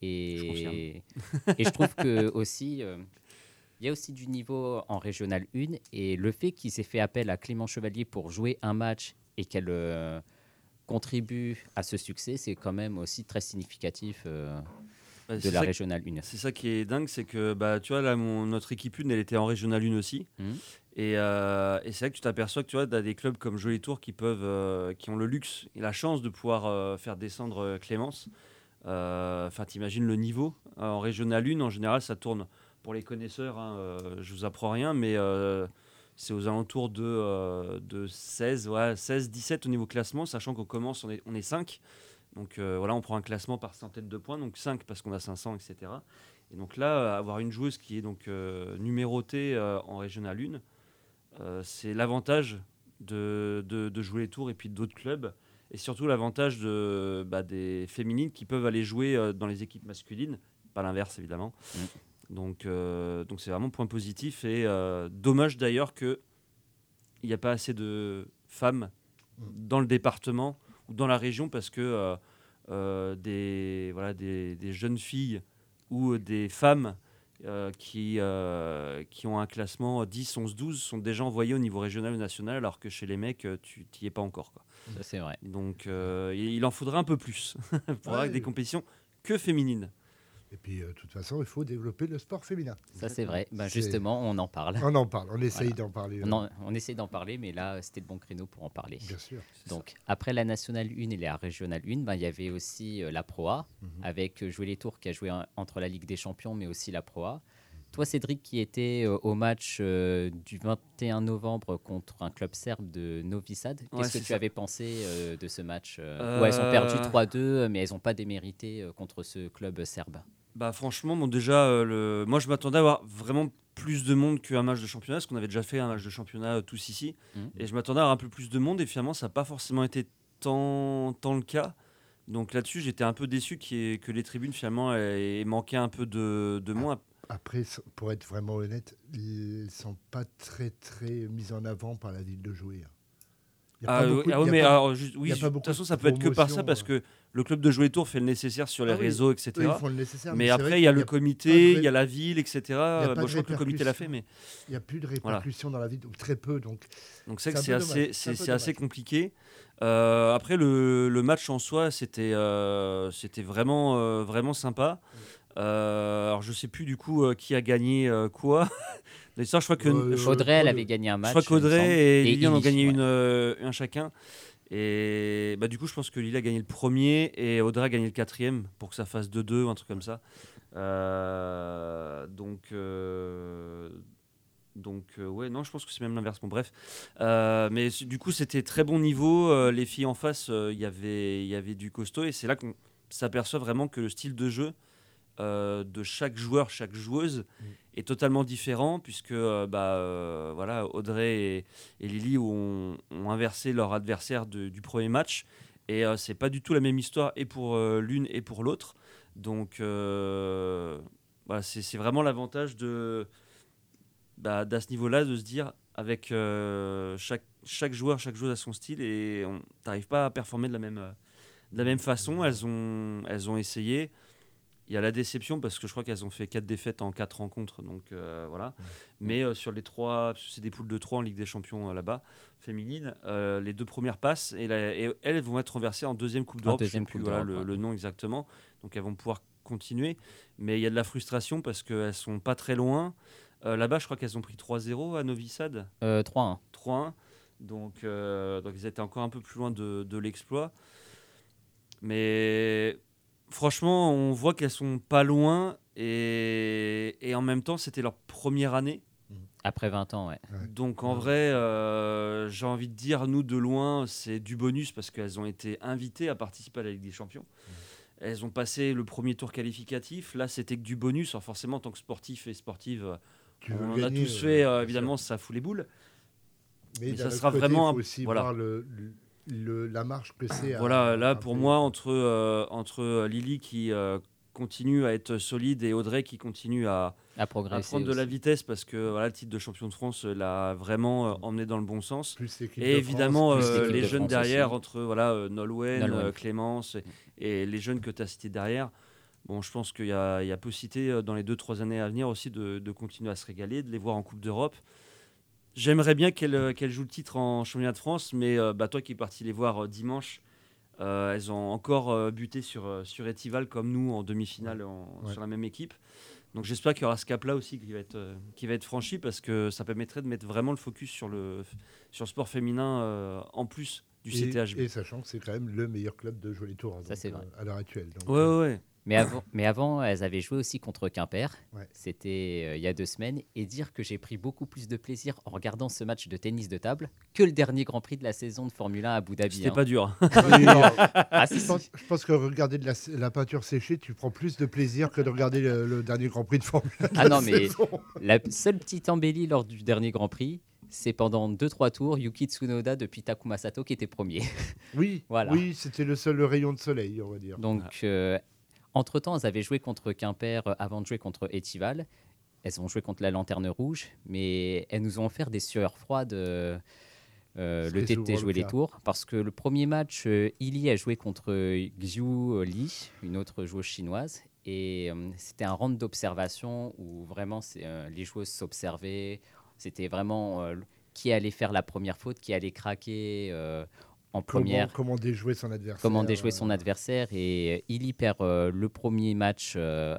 Et [LAUGHS] et je trouve que aussi, euh, il y a aussi du niveau en régional 1. Et le fait qu'ils aient fait appel à Clément Chevalier pour jouer un match et qu'elle euh, contribue à ce succès, c'est quand même aussi très significatif euh,
Bah,
de
c'est
la
ça-
régionale 1.
C'est ça qui est dingue, c'est que bah, tu vois, là, mon- notre équipe 1, elle était en régionale 1 aussi.
Mhm.
Et, euh, et c'est là que tu t'aperçois que tu vois, as des clubs comme Jolie Tour qui, peuvent, euh, qui ont le luxe et la chance de pouvoir euh, faire descendre euh, Clémence. Euh, Enfin, t'imagines le niveau. Euh, en régionale 1, en général, ça tourne. Pour les connaisseurs, hein, euh, je vous apprends rien, mais euh, c'est aux alentours de, euh, de 16, ouais, 16, 17 au niveau classement, sachant qu'on commence, on est, on est 5. Donc euh, voilà, on prend un classement par centaine de points, donc 5 parce qu'on a 500, etc. Et donc là, euh, avoir une joueuse qui est donc euh, numérotée euh, en Régional 1, euh, c'est l'avantage de, de- de jouer les tours et puis d'autres clubs. Et surtout l'avantage de, bah, des féminines qui peuvent aller jouer euh, dans les équipes masculines, pas l'inverse évidemment. Donc euh, donc c'est vraiment point positif et euh, dommage d'ailleurs que il n'y a pas assez de femmes dans le département ou dans la région parce que euh, euh, des voilà des- des jeunes filles ou des femmes euh, qui, euh, qui ont un classement 10, 11, 12 sont déjà envoyées au niveau régional ou national, alors que chez les mecs, euh, tu n'y es pas encore. quoi.
C'est vrai.
Donc euh, il il en faudra un peu plus [LAUGHS] pour avoir
Ouais.
des compétitions que féminines.
Et puis, euh, de toute façon, il faut développer le sport féminin.
Ça, c'est vrai. Ben,
C'est-
justement, on en parle.
On en parle, on essaye d'en parler. euh,
On, en- on essaie d'en parler, mais là, c'était le bon créneau pour en parler.
Bien sûr.
Donc, après la nationale 1 et la régionale 1, ben, il y avait aussi euh, la Pro A,
Mhm.
avec euh, Jouer les Tours qui a joué en- entre la Ligue des Champions, mais aussi la Pro A. Toi, Cédric, qui était euh, au match euh, du 21 novembre contre un club serbe de Novi Sad,
Ouais,
qu'est-ce
c'est
que tu
ça.
avais pensé euh, de ce match euh, où elles ont perdu
Euh.
3-2, mais elles n'ont pas démérité euh, contre ce club serbe
Bah franchement, bon, déjà, euh, le... moi je m'attendais à avoir vraiment plus de monde qu'un match de championnat, parce qu'on avait déjà fait un match de championnat euh, tous ici,
Mhm.
et je m'attendais à avoir un peu plus de monde, et finalement ça n'a pas forcément été tant, tant le cas. Donc là-dessus, j'étais un peu déçu qu'il y ait- que les tribunes finalement aient manqué un peu de,
Ah,
de moins.
Après, s- pour être vraiment honnête, ils sont pas très très mis en avant par la ville de Jouer. Il y a
Ah,
pas
oui,
beaucoup-
ah oui,
il y a
mais
pas-
alors, juste- oui,
y a
de
pas
toute
beaucoup
façon,
de
ça peut être que par ça
promotion,
parce
euh.
que le club de Jouer Tour fait le nécessaire sur les
Ah oui,
réseaux, etc.
eux, ils font le nécessaire,
mais
c'est vrai
après,
qu'il
il y a
y
le
pas
comité,
de
il y a
ré-
la ville, etc.
pas
Bon,
de
je crois que le comité l'a
répercussions.
fait, mais
Il n'y a plus de
Voilà.
répercussions dans la ville, ou très peu. Donc,
donc c'est
C'est
que
un
c'est
peu
assez,
dommage,
c'est
c'est un peu
c'est assez
dommage.
compliqué. Euh, après, le, le match en soi, c'était euh, c'était vraiment, euh, vraiment sympa. Euh, alors, je sais plus du coup euh, qui a gagné euh, quoi. [LAUGHS] L'histoire, je crois que
Euh,
je-
Audrey, elle
Paul-
avait gagné un match.
Je crois
il me semble.
qu'Audrey et, Lilian ont
Illich,
gagné
ouais.
une, euh, un chacun. Et bah, du coup, je pense que Lily a gagné le premier et Audrey a gagné le quatrième pour que ça fasse 2-2, un truc comme ça. Euh, donc, euh, donc euh, ouais, non, je pense que c'est même l'inverse. Bon, bref. Euh, mais c- du coup, c'était très bon niveau. Euh, les filles en face, euh, il y avait- il y avait du costaud. Et c'est là qu'on s'aperçoit vraiment que le style de jeu euh, de chaque joueur, chaque joueuse est totalement différent puisque euh, bah, euh, voilà, Audrey et, et Lily ont, ont inversé leur adversaire de- du premier match et euh, c'est pas du tout la même histoire et pour euh, l'une et pour l'autre. Donc euh, voilà, c'est c'est vraiment l'avantage de bah, d'à ce niveau-là de se dire avec euh, chaque, chaque joueur, chaque joueuse a son style et on n'arrive pas à performer de la même, euh, de la même façon. Elles ont, elles ont essayé. Il y a la déception parce que je crois qu'elles ont fait quatre défaites en quatre rencontres. Donc euh, voilà. Mais euh, sur les trois, c'est des poules de trois en Ligue des Champions euh, là-bas, féminines, euh, les deux premières passent et, la- et elles vont être renversées en deuxième Coupe d'Europe. je sais
deuxième
plus,
Coupe
voilà,
d'Europe,
le,
ouais.
le nom exactement. Donc elles vont pouvoir continuer. Mais il y a de la frustration parce qu'elles sont pas très loin. Euh, là-bas, je crois qu'elles ont pris 3-0 à Novi Sad.
Euh, 3-1.
3-1. Donc, euh, donc ils étaient encore un peu plus loin de, de l'exploit. Mais franchement, on voit qu'elles sont pas loin. Et, et en même temps, c'était leur première année.
Après 20 ans, ouais.
Donc en vrai, euh, j'ai envie de dire, nous de loin, c'est du bonus parce qu'elles ont été invitées à participer à la Ligue des Champions. Elles ont passé le premier tour qualificatif. Là, c'était que du bonus. Alors forcément, en tant que sportif et sportive,
tu veux
on en a
gagner,
tous
euh,
fait,
bien
euh,
sûr.
évidemment, ça fout les boules.
Mais,
Mais
d'un
ça
autre
sera
côté, il
vraiment
faut
un-
aussi
voilà.
voir le, le- la marche que c'est. à-
Voilà, là
à
pour
faire.
moi, entre, euh, entre euh, Lily qui euh, continue à être solide et Audrey qui continue à,
À
à
progresser.
prendre de la
aussi.
vitesse parce que voilà, le titre de champion de France euh, l'a vraiment euh, emmené dans le bon sens.
Plus l'équipe
Et
de
évidemment,
France,
euh,
plus l'équipe
les
de
jeunes
France.
derrière, entre voilà, euh, Nolwenn,
Nolwenn.
euh, Clémence et, et les jeunes que tu as cités derrière, bon, je pense qu'il y a, il y a possibilité euh, dans les 2-3 années à venir aussi de, de continuer à se régaler, de les voir en Coupe d'Europe. J'aimerais bien qu'elles euh, qu'elles jouent le titre en championnat de France, mais euh, bah, toi qui es parti les voir euh, dimanche, euh, elles ont encore euh, buté sur, euh, sur Etival comme nous en demi-finale en-
Ouais.
sur la même équipe. Donc j'espère qu'il y aura ce cap-là aussi qui va, être, euh, qui va être franchi parce que ça permettrait de mettre vraiment le focus sur le, sur le sport féminin euh, en plus du
Et-
CTHB.
Et, sachant que c'est quand même le meilleur club de jouer les tours.
Ça, c'est vrai.
euh, À l'heure actuelle. donc, [LAUGHS]
Ouais, ouais, ouais.
Mais avant, mais avant, elles avaient joué aussi contre Quimper.
Ouais.
C'était euh, il y a deux semaines. Et dire que j'ai pris beaucoup plus de plaisir en regardant ce match de tennis de table que le dernier Grand Prix de la saison de Formule 1 à Abu Dhabi.
C'était
hein.
pas dur.
Oui, alors,
[LAUGHS]
Ah, si,
je,
si.
pense, je pense que regarder de la, la peinture séchée, tu prends plus de plaisir que de regarder le, le dernier Grand Prix de Formule.
Ah non, mais la seule petite embellie lors du dernier Grand Prix, c'est pendant 2-3 tours, Yuki Tsunoda depuis Takuma Sato qui était premier.
Oui,
Voilà.
oui c'était le seul rayon de soleil, on va dire.
Donc, euh, entre-temps, elles avaient joué contre Quimper euh, avant de jouer contre Etival. Elles ont joué contre la Lanterne Rouge, mais elles nous ont offert des sueurs froides. euh, euh,
Ce
le
qui est
TT
souvent
jouer
le
les
cas.
tours parce que le premier match, euh, Ili a joué contre euh, Xiu Li, une autre joueuse chinoise, et euh, c'était un round d'observation où vraiment c'est, euh, les joueuses s'observaient. C'était vraiment euh, qui allait faire la première faute, qui allait craquer euh, en
Comment,
première
comment déjouer son adversaire
comment déjouer son
euh,
adversaire. Et euh, Illy perd euh, le premier match euh,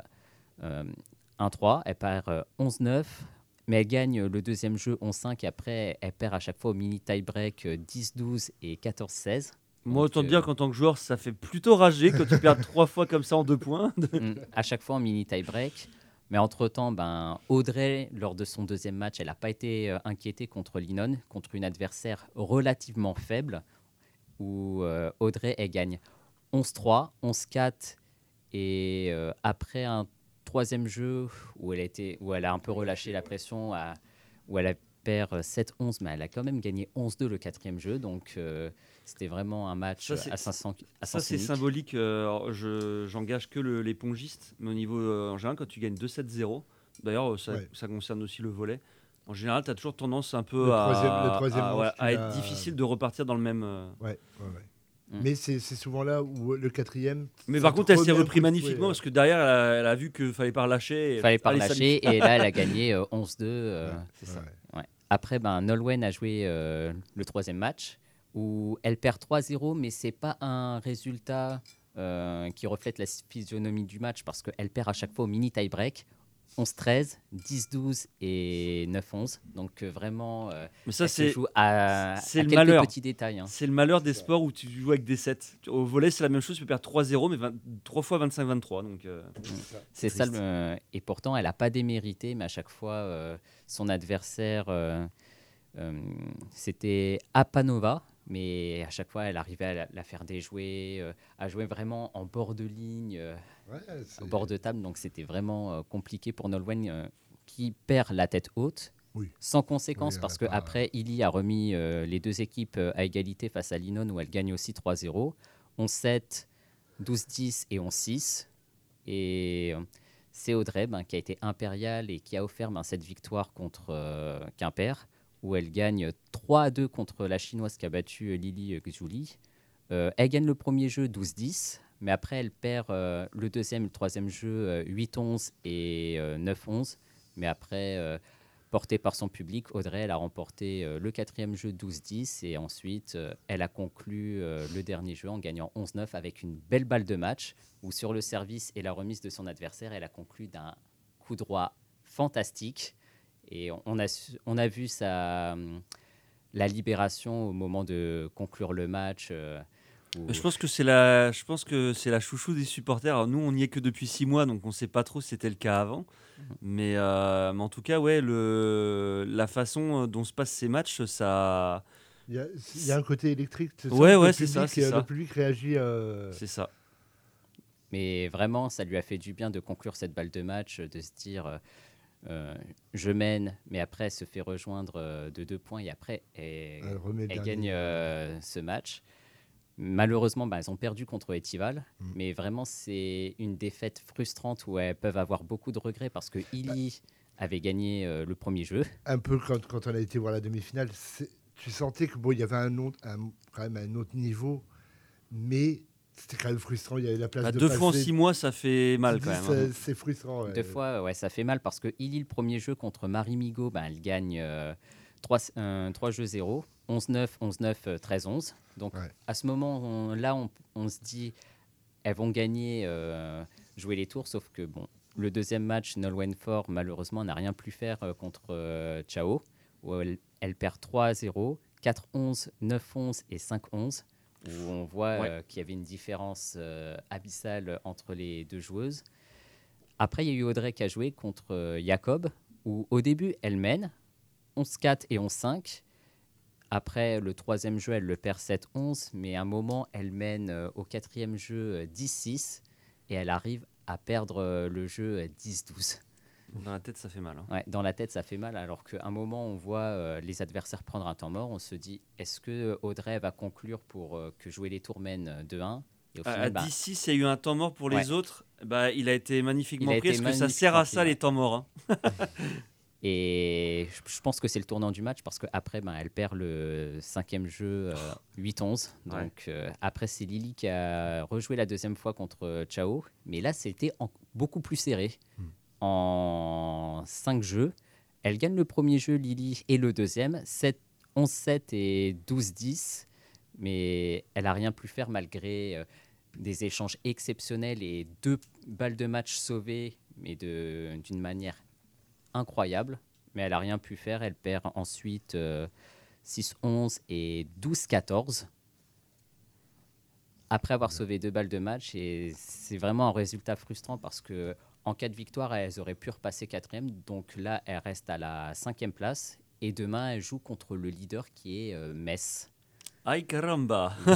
euh, 1-3, elle perd euh, 11-9, mais elle gagne euh, le deuxième jeu 11-5 et après elle perd à chaque fois au mini tie-break euh, 10-12 et 14-16.
Moi,
Donc,
autant te
euh,
dire qu'en tant que joueur, ça fait plutôt rager quand tu perds [LAUGHS] trois fois comme ça en deux points.
Mm, à chaque fois en mini tie-break. Mais entre-temps, ben, Audrey, lors de son deuxième match, elle n'a pas été euh, inquiétée contre Linon, contre une adversaire relativement faible, où euh, Audrey, elle gagne 11-3, 11-4, et euh, après un troisième jeu où elle, était, où elle a un peu relâché la pression, à- où elle a perd euh, 7-11, mais elle a quand même gagné 11-2 le quatrième jeu. Donc, euh, c'était vraiment un match
Ça, c'est-
à 500. à
Ça,
sens
c'est
unique.
symbolique. euh, alors, je- J'engage que le- les pongistes, mais au niveau euh, en général, quand tu gagnes 2-7-0, d'ailleurs, euh, ça,
Ouais.
ça concerne aussi le volet. En général, tu as toujours tendance un peu
Le
à,
troisième- le troisième
à-
manche,
voilà,
tu
à être
l'as-
difficile de repartir dans le même. euh,
Ouais, ouais, ouais.
Mm.
Mais c'est c'est souvent là où euh, le quatrième.
Mais
ça
par
te
contre, elle
remet
s'est
un coup
repris
de fouet,
magnifiquement
ouais.
parce que derrière, elle a, elle a vu qu'il fallait pas relâcher. et-
fallait pas
Allez, ça
relâcher. Et là, elle a gagné euh, 11-2. euh,
c'est ça.
Ouais.
Après, ben, Nolwenn a joué euh, le troisième match où elle perd 3-0, mais c'est pas un résultat euh, qui reflète la physionomie du match parce qu'elle perd à chaque fois au mini tie-break 11-13, 10-12 et 9-11. Donc euh, vraiment, euh,
Mais ça,
elle se
c'est.
joue à,
c'est
à
le
quelques
malheur.
petits détails. hein.
C'est le malheur des sports où tu joues avec des 7. Au volet, c'est la même chose, tu peux perdre 3-0, mais 20 3 fois 25-23. Donc, euh,
C'est ça.
Triste.
le- et pourtant, elle n'a pas démérité, mais à chaque fois, euh, son adversaire, euh, euh, c'était Apanova. Mais à chaque fois, elle arrivait à la, la faire déjouer, euh, à jouer vraiment en bord de ligne, euh,
Ouais, c'est-
au bord de table. Donc, c'était vraiment euh, compliqué pour Nolwenn, euh, qui perd la tête haute.
Oui.
Sans conséquence,
Oui, elle
parce
a pas-
qu'après, Ili a remis euh, les deux équipes euh, à égalité face à Linon, où elle gagne aussi 3-0. 11-7, 12-10 et 11-6. Et euh, c'est Audrey ben, qui a été impériale et qui a offert ben, cette victoire contre euh, Quimper, où elle gagne 3-2 contre la Chinoise qui a battu euh, Lily Xuli. Euh, elle gagne le premier jeu 12-10, mais après elle perd euh, le deuxième et le troisième jeu euh, 8-11 et euh, 9-11. Mais après, euh, portée par son public, Audrey elle a remporté euh, le quatrième jeu 12-10 et ensuite euh, elle a conclu euh, le dernier jeu en gagnant 11-9 avec une belle balle de match où sur le service et la remise de son adversaire, elle a conclu d'un coup droit fantastique. Et on- on a, su- on a vu sa, euh, la libération au moment de conclure le match. euh, où-
Je pense que c'est la, je pense que c'est la chouchou des supporters. Alors, nous, on n'y est que depuis six mois, donc on ne sait pas trop si c'était le cas avant.
Mhm.
Mais, euh, mais en tout cas, ouais, le, la façon euh, dont se passent ces matchs, ça,
Il y, a- il y a un côté électrique. c'est ça,
Ouais,
le
ouais, c'est ça,
public,
c'est
euh,
ça.
Le public réagit. euh,
c'est ça.
Mais vraiment, ça lui a fait du bien de conclure cette balle de match, euh, de se dire euh, euh, je mène, mais après elle se fait rejoindre euh, de deux points et après elle,
elle remet le
elle
dernier.
gagne euh, ce match. Malheureusement, bah, elles ont perdu contre Etival,
Mm.
mais vraiment c'est une défaite frustrante où elles peuvent avoir beaucoup de regrets parce que
Bah
Illy avait gagné euh, le premier jeu.
un peu quand, quand on a été voir la demi-finale, c'est- tu sentais que bon, il y avait un autre, un- quand même un autre niveau, mais c'était quand même frustrant. Il y avait la place
Bah,
de
deux fois en
passer. euh,
six mois, ça fait mal
Tu
quand
dis,
même. hein.
c'est- C'est frustrant. ouais.
Deux fois, euh, ouais, ça fait mal parce que Illy, le premier jeu contre Marie Migaud, ben, elle gagne 3, jeux 0, 11-9, 11-9, euh, 13-11. Donc
Ouais.
à ce moment on- là, on, on se dit, elles vont gagner, euh, jouer les tours, sauf que bon, le deuxième match, Nolwenn Ford, malheureusement, n'a rien pu faire euh, contre euh, Chao, où elle, elle perd 3-0, 4-11, 9-11 et 5-11. Où on voit
Ouais.
euh, qu'il y avait une différence euh, abyssale entre les deux joueuses. Après, il y a eu Audrey qui a joué contre euh, Jacob, où au début, elle mène 11-4 et 11-5. Après, le troisième jeu, elle le perd 7-11, mais à un moment, elle mène euh, au quatrième jeu euh, 10-6, et elle arrive à perdre euh, le jeu euh, 10-12.
Dans la tête, ça fait mal. hein.
Ouais, dans la tête, ça fait mal, alors qu'à un moment, on voit euh, les adversaires prendre un temps mort, on se dit, est-ce que euh, Audrey va conclure pour euh, que jouer les tours mène euh, 2-1 Et au
À,
final,
à
bah,
10-6, il y a eu un temps mort pour les
Ouais.
autres. Bah, il a été magnifiquement
Il a
pris.
été
Est-ce que ça sert
magnifiquement
à ça
pris,
les temps morts hein
Et je- je pense que c'est le tournant du match parce qu'après, ben, elle perd le cinquième jeu euh, 8-11. Donc
Ouais.
euh, après, c'est Lily qui a rejoué la deuxième fois contre euh, Chao. Mais là, c'était en- beaucoup plus serré. En cinq jeux, elle gagne le premier jeu, Lily, et le deuxième, 7, 11-7 et 12-10. Mais elle a rien pu faire malgré euh, des échanges exceptionnels et deux balles de match sauvées, mais de- d'une manière incroyable, mais elle a rien pu faire. Elle perd ensuite euh, 6-11 et 12-14 après avoir sauvé deux balles de match. Et c'est vraiment un résultat frustrant parce que en cas de victoire, elles auraient pu repasser quatrième. Donc là, elles restent à la cinquième place. Et demain, elles jouent contre le leader qui est euh, Metz.
Aïe caramba
Euh,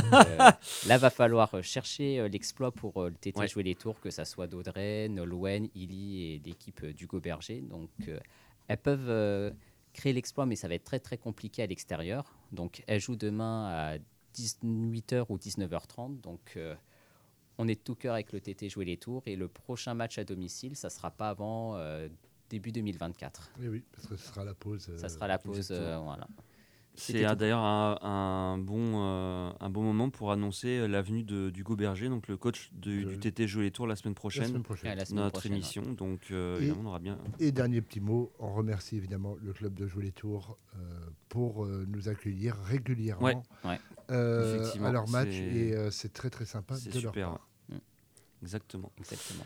là, va falloir euh, chercher euh, l'exploit pour euh, le TT
Ouais.
jouer les tours, que ça soit d'Audrey, Nolwenn, Illy et l'équipe euh, d'Hugo Berger. Donc, euh, elles peuvent euh, créer l'exploit, mais ça va être très très compliqué à l'extérieur. Donc elle joue demain à 18h ou 19h30. Donc euh, on est de tout cœur avec le TT jouer les tours. Et le prochain match à domicile, ça sera pas avant euh, début 2024.
Eh oui, parce que ce sera la pause. euh,
Ça sera la pause.
exactement.
euh, voilà.
C'est
C'était
un-
tout.
d'ailleurs un, un bon, euh, un bon moment pour annoncer la venue de- d'Hugo Berger, donc le coach de-
Je-
du TT Jouer les Tours la semaine
La
prochaine.
semaine
Et à
prochaine.
la semaine
notre
prochaine, ouais.
émission, donc euh,
Et-
évidemment on aura bien.
Et dernier petit mot, on remercie évidemment le club de Jouer les Tours euh, pour euh, nous accueillir régulièrement
Ouais,
ouais.
euh,
Effectivement,
à leur match.
c'est-
Et euh, c'est très très sympa
C'est
de leur
super.
part.
ouais.
Mm.
Exactement.
Exactement.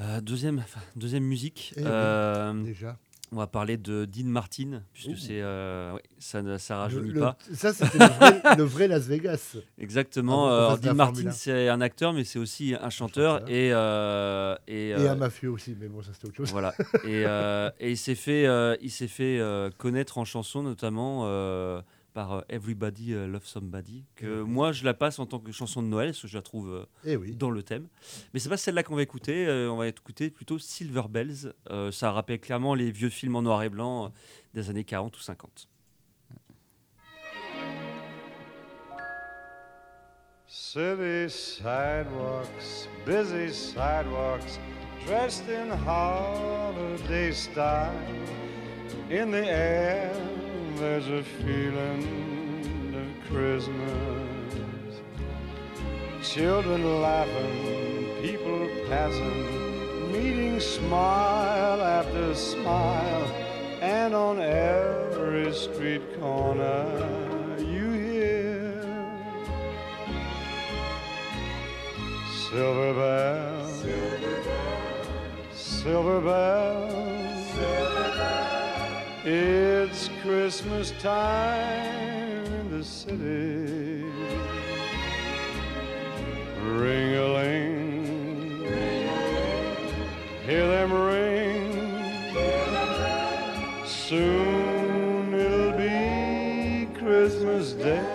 Euh, deuxième, deuxième musique.
Eh oui.
euh,
Déjà.
On va parler de Dean Martin, puisque
Ouh.
c'est euh, ouais, ça ne
Ah,
ça
Le-
rajeunit
le-
pas.
Ça, c'était le, vrai- le vrai Las
[LAUGHS]
Vegas.
Exactement.
Avant qu'on
euh,
fasse de
Dean
la Formule
Martin,
un.
c'est un acteur, mais c'est aussi un chanteur,
chanteur.
et euh, et,
Et,
euh,
un mafieux aussi, mais bon, ça c'était autre chose.
voilà. et, euh, et il s'est fait euh, il s'est fait euh, connaître en chanson notamment. euh, par euh, Everybody euh, Love Somebody, que moi je la passe en tant que chanson de Noël, parce que je la trouve euh,
Eh oui.
dans le thème. Mais c'est pas celle-là qu'on va écouter. euh, on va écouter plutôt Silver Bells. Euh, ça rappelle clairement les vieux films en noir et blanc euh, des années 40 ou 50.
City sidewalks, busy sidewalks, dressed in holiday style. In the air, there's a feeling of Christmas. Children laughing, people passing, meeting smile after smile, and on every street corner you hear Silver bells, silver bells, It's Christmas time in the city. Ring a ling, hear them ring. Soon it'll be Christmas Day.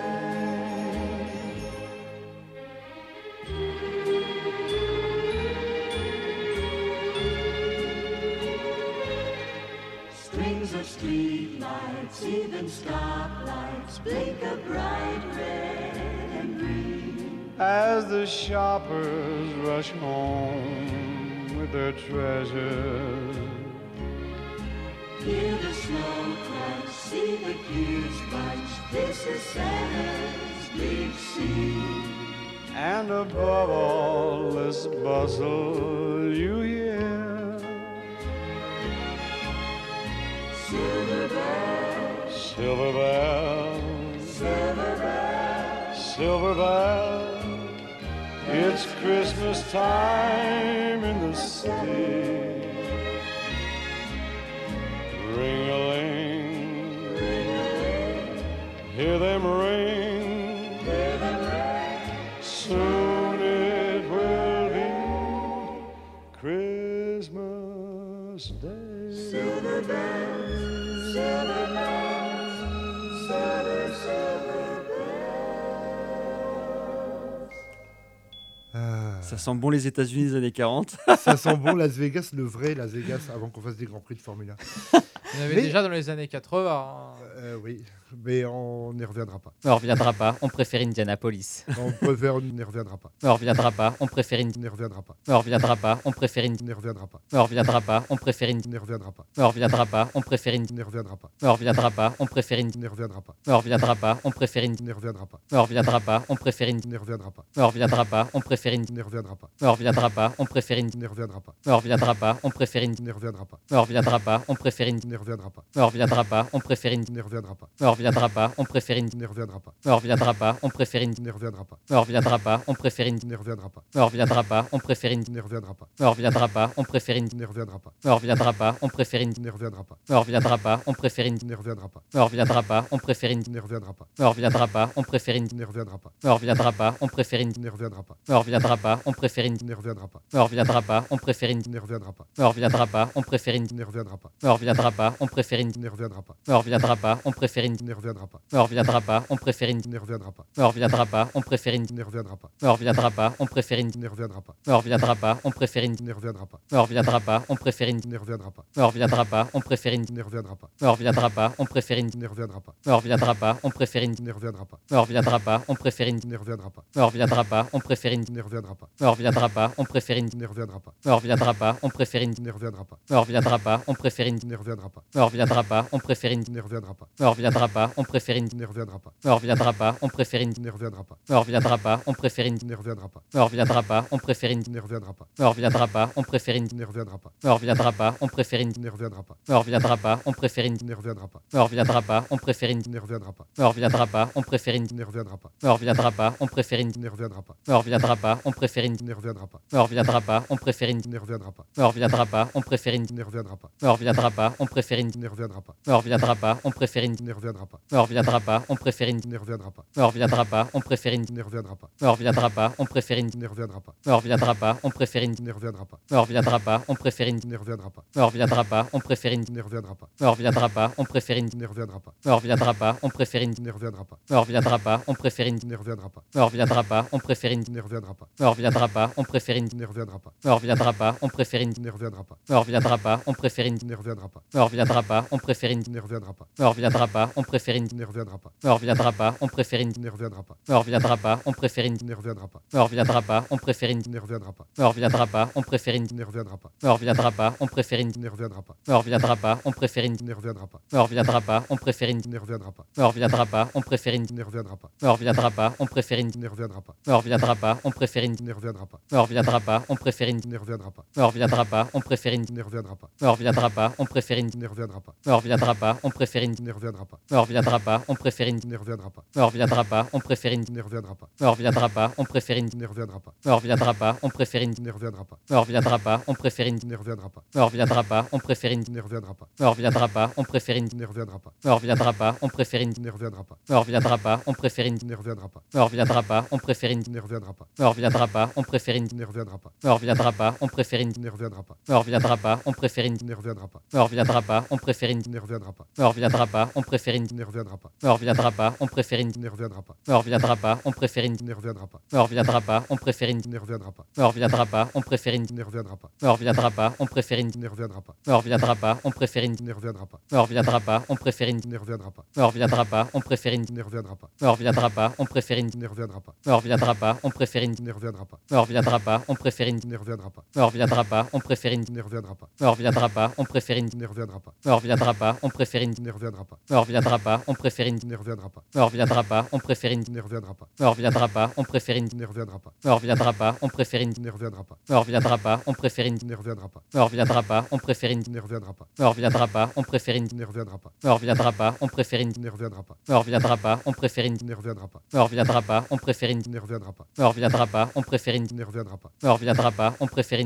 Strings of streetlights, even stoplights, blink a bright red and green.
as the shoppers rush home with their treasures.
Hear the snow crash, see the kids march. This is Santa's big scene.
And above all this bustle, you hear
Silver bells,
silver bells,
silver bells,
silver bells. It's Christmas time in the city. Ring a ling, hear them ring.
hear them ring.
Soon it will be Christmas Day.
Silver bells, silver bells, silver, silver
Ah,
Ça sent bon les États-Unis des années 40.
ça sent bon Las Vegas, le vrai Las Vegas, avant qu'on fasse des Grands Prix de Formule 1.
Il y en avait
Mais-
déjà dans les années 80. hein.
Euh, oui, mais on n'y reviendra pas.
On reviendra pas. On préfère Indianapolis.
On préfère, on n'y reviendra pas.
On reviendra pas. On préfère Indi-
On n'y reviendra pas.
On reviendra pas. On préfère Indi-
On n'y reviendra pas.
On reviendra pas. On préfère Indi-
On n'y reviendra pas.
On reviendra pas. On préfère Indi-
On n'y reviendra pas.
On reviendra pas. On préfère Indi-
On n'y reviendra pas.
On reviendra pas. On préfère Indi-
On n'y reviendra pas.
On reviendra pas. On préfère Indi-
On n'y reviendra pas.
On reviendra pas. On préfère Indi-
On n'y reviendra pas.
On reviendra pas. On préfère Indi-
On n'y reviendra pas.
On reviendra pas. On préfère Indi-
On n'y reviendra pas.
On reviendra pas. On préfère Indi-
On n'y reviendra pas.
On
On n'y reviendra pas.
reviendra pas. On préfère Indi- On reviendra pas. On préfère Indi-
On n'y reviendra pas.
On reviendra pas. On préfère Indi-
On n'y reviendra pas.
On reviendra pas. On préfère
On n'y reviendra pas.
Indi- On reviendra pas. On préfère Indi-
On n'y reviendra pas. On n'y
On reviendra pas. On préfère Indi-
reviendra pas.
On reviendra pas. On préfère Indi-
On n'y reviendra pas.
On reviendra pas. On préfère
On n'y reviendra pas.
Indi- On reviendra pas. On préfère
On
Indi-
n'y reviendra pas.
On reviendra pas. On préfère Indi-
On n'y reviendra pas.
On reviendra pas. On préfère Indi-
On n'y reviendra pas.
On reviendra pas. On préfère Indi-
On n'y reviendra pas.
On reviendra pas. On préfère Indi-
On n'y reviendra pas. On
On reviendra pas. On préfère Indi-
n'y reviendra pas.
On reviendra pas.
On
On préfère Indi-
n'y reviendra pas.
On reviendra pas. On préfère Indi-
n'y reviendra pas.
On reviendra pas, on préfère une.
On n'y reviendra pas.
On reviendra pas, on préfère une.
On n'y reviendra pas.
On reviendra pas, on préfère une.
On n'y reviendra pas.
On reviendra pas, on préfère une.
On n'y reviendra pas.
On reviendra pas, on préfère une.
On n'y reviendra pas.
On reviendra pas, on préfère une.
On n'y reviendra pas.
On reviendra pas, on préfère une.
On n'y reviendra pas.
On reviendra pas, on préfère une.
On n'y reviendra pas.
On reviendra pas, on préfère une.
On n'y reviendra pas.
On reviendra pas, on préfère une.
On n'y reviendra pas.
On reviendra pas, on préfère une.
On n'y reviendra pas.
On reviendra pas, on préfère une.
On n'y reviendra pas.
On reviendra pas, on préfère une.
On n'y reviendra pas.
On reviendra pas, on préfère une.
On
On reviendra pas, on préfère une.
n'y reviendra pas. On n'y reviendra pas.
On reviendra pas, on préfère une.
On n'y reviendra pas.
On reviendra pas, on préfère une.
On n'y reviendra pas.
On reviendra pas, on préfère une.
On n'y reviendra pas.
On reviendra pas, on préfère une. On reviendra
On n'y reviendra pas.
pas, on préfère une. On reviendra pas, on préfère une.
On n'y reviendra pas. On
On reviendra pas, on préfère une.
n'y reviendra pas. On n'y reviendra pas.
On reviendra pas, on préfère une.
On n'y reviendra pas.
On reviendra pas, on préfère une.
On n'y reviendra pas.
On reviendra pas, on préfère une.
On n'y reviendra pas.
On reviendra pas, on préfère une.
On n'y reviendra pas.
On reviendra pas, on préfère une.
On n'y reviendra pas.
On reviendra pas, on préfère une.
On n'y reviendra pas.
On reviendra pas, on préfère une.
On n'y reviendra pas.
On reviendra pas, on préfère une.
On n'y reviendra pas.
On reviendra pas, on préfère une.
On n'y reviendra pas.
On reviendra pas, on préfère une.
On n'y reviendra pas.
On reviendra pas, on préfère une.
On n'y reviendra pas.
On reviendra pas, on préfère une.
On n'y reviendra pas.
On reviendra pas, on préfère une.
On n'y reviendra pas.
On reviendra pas, on préfère une.
On n'y reviendra pas.
On reviendra pas, on préfère une.
On n'y reviendra pas.
On reviendra pas, on préfère une.
On n'y reviendra pas.
On reviendra pas, on préfère une.
On n'y reviendra pas.
On reviendra pas, on préfère une.
On n'y reviendra pas.
On reviendra pas, on préfère une.
On n'y reviendra pas.
On reviendra pas, on préfère une.
On n'y reviendra pas.
On reviendra pas, on préfère une.
On n'y reviendra pas.
On reviendra pas, on préfère une. On reviendra
On n'y reviendra pas.
pas, on préfère une.
On n'y reviendra pas.
On reviendra pas, on préfère une.
On n'y reviendra pas.
On reviendra pas, on préfère une.
On n'y reviendra pas.
On reviendra pas, on préfère une.
On n'y reviendra pas.
On reviendra pas, on préfère une.
On n'y reviendra pas.
On reviendra pas, on préfère une.
On n'y reviendra pas.
On reviendra pas, on préfère une.
On n'y reviendra pas.
On reviendra pas, on préfère une.
On n'y reviendra pas.
On reviendra pas, on préfère une.
On n'y reviendra pas.
On reviendra pas, on préfère une.
On n'y reviendra pas.
On reviendra pas, on préfère une.
On n'y reviendra pas.
On reviendra pas, on préfère une.
On n'y reviendra pas.
On reviendra pas, on préfère une.
On n'y reviendra pas.
On reviendra pas, on préfère une.
On n'y reviendra pas.
On reviendra pas, on préfère une.
On n'y reviendra pas.
On reviendra pas, on préfère une.
On n'y reviendra pas.
On reviendra pas, on préfère une.
On n'y reviendra pas.
On reviendra pas, on préfère une.
On n'y reviendra pas.
On reviendra pas, on préfère une.
On n'y reviendra pas.
On reviendra pas, on préfère une.
On n'y reviendra pas.
On reviendra pas, on préfère une.
On
On reviendra pas, on préfère une.
n'y reviendra pas. On n'y
On reviendra
reviendra pas.
pas, on préfère une.
On n'y reviendra pas.
On reviendra pas, on préfère une.
On n'y reviendra pas.
On reviendra pas, on préfère une.
On n'y reviendra pas.
On reviendra pas, on préfère une.
On n'y reviendra pas.
On reviendra pas, on préfère une.
On n'y reviendra pas.
On reviendra pas, on préfère une.
On n'y reviendra pas.
On reviendra pas, on préfère une.
On n'y reviendra pas.
On reviendra pas, on préfère une.
On n'y reviendra pas.
On reviendra pas, on préfère une.
On n'y reviendra pas.
On reviendra pas, on préfère une.
On n'y reviendra pas.
On reviendra pas, on préfère une.
On n'y reviendra pas.
On reviendra pas, on préfère une.
On n'y reviendra pas.
On reviendra pas, on préfère une.
On n'y reviendra pas.
On reviendra pas, on préfère une.
On n'y reviendra pas.
On reviendra pas, on préfère une.
On n'y reviendra pas.
On reviendra pas, on préfère une.
On n'y reviendra pas.
On reviendra pas, on préfère une.
On n'y reviendra pas.
On reviendra pas, on préfère une.
On n'y reviendra pas.
On reviendra pas, on préfère une.
On n'y reviendra pas.
On reviendra pas, on préfère une.
On n'y reviendra pas.
On reviendra pas, on préfère une.
On n'y reviendra pas.
On reviendra pas, on préfère une.
On n'y reviendra pas.
On reviendra pas, on préfère une.
On n'y reviendra pas.
On reviendra pas, on préfère une.
On n'y reviendra pas.
On reviendra pas, on préfère une.
On n'y reviendra pas.
On reviendra pas, on préfère une.
On n'y reviendra pas.
On reviendra pas, on préfère une.
On n'y reviendra pas.
On reviendra pas, on préfère une.
On n'y reviendra pas.
On reviendra pas, on préfère une.
On n'y reviendra pas.
On reviendra pas, on préfère une.
On n'y reviendra pas.
On reviendra pas, on préfère une.
On n'y reviendra pas.
On reviendra pas, on préfère une.
On n'y reviendra pas.
On reviendra pas, on préfère une.
On n'y reviendra pas.
On reviendra pas, on préfère une.
On n'y reviendra pas.
On reviendra pas, on préfère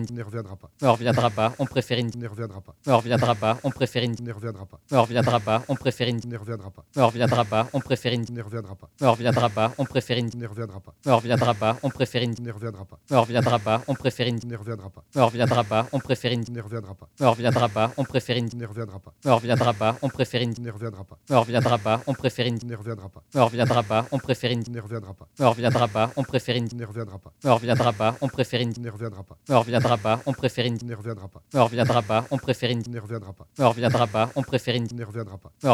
une.
On n'y reviendra pas.
On reviendra pas, on préfère une.
On n'y reviendra pas.
On reviendra pas, on préfère une.
On n'y reviendra pas.
On reviendra pas, on préfère une.
On n'y reviendra pas.
On reviendra pas, on préfère une.
On n'y reviendra pas.
On reviendra pas, on préfère une.
On n'y reviendra pas.
On reviendra pas, on préfère une.
On n'y reviendra pas.
On reviendra pas, on préfère une.
On n'y reviendra pas.
On reviendra pas, on préfère une.
On n'y reviendra pas.
On reviendra pas, on préfère une.
On n'y reviendra pas.
On reviendra pas, on préfère une.
On n'y reviendra pas.
On reviendra pas, on préfère une.
On n'y reviendra pas.
On reviendra pas, on préfère une.
On n'y reviendra pas.
On reviendra pas, on préfère une.
On n'y reviendra pas.
On reviendra pas, on préfère une. On reviendra pas, on préfère une.
On n'y reviendra pas. On n'y reviendra pas.
On reviendra pas, on préfère une. On reviendra pas,
On n'y reviendra pas.
on préfère une.
On n'y reviendra pas.
On reviendra pas,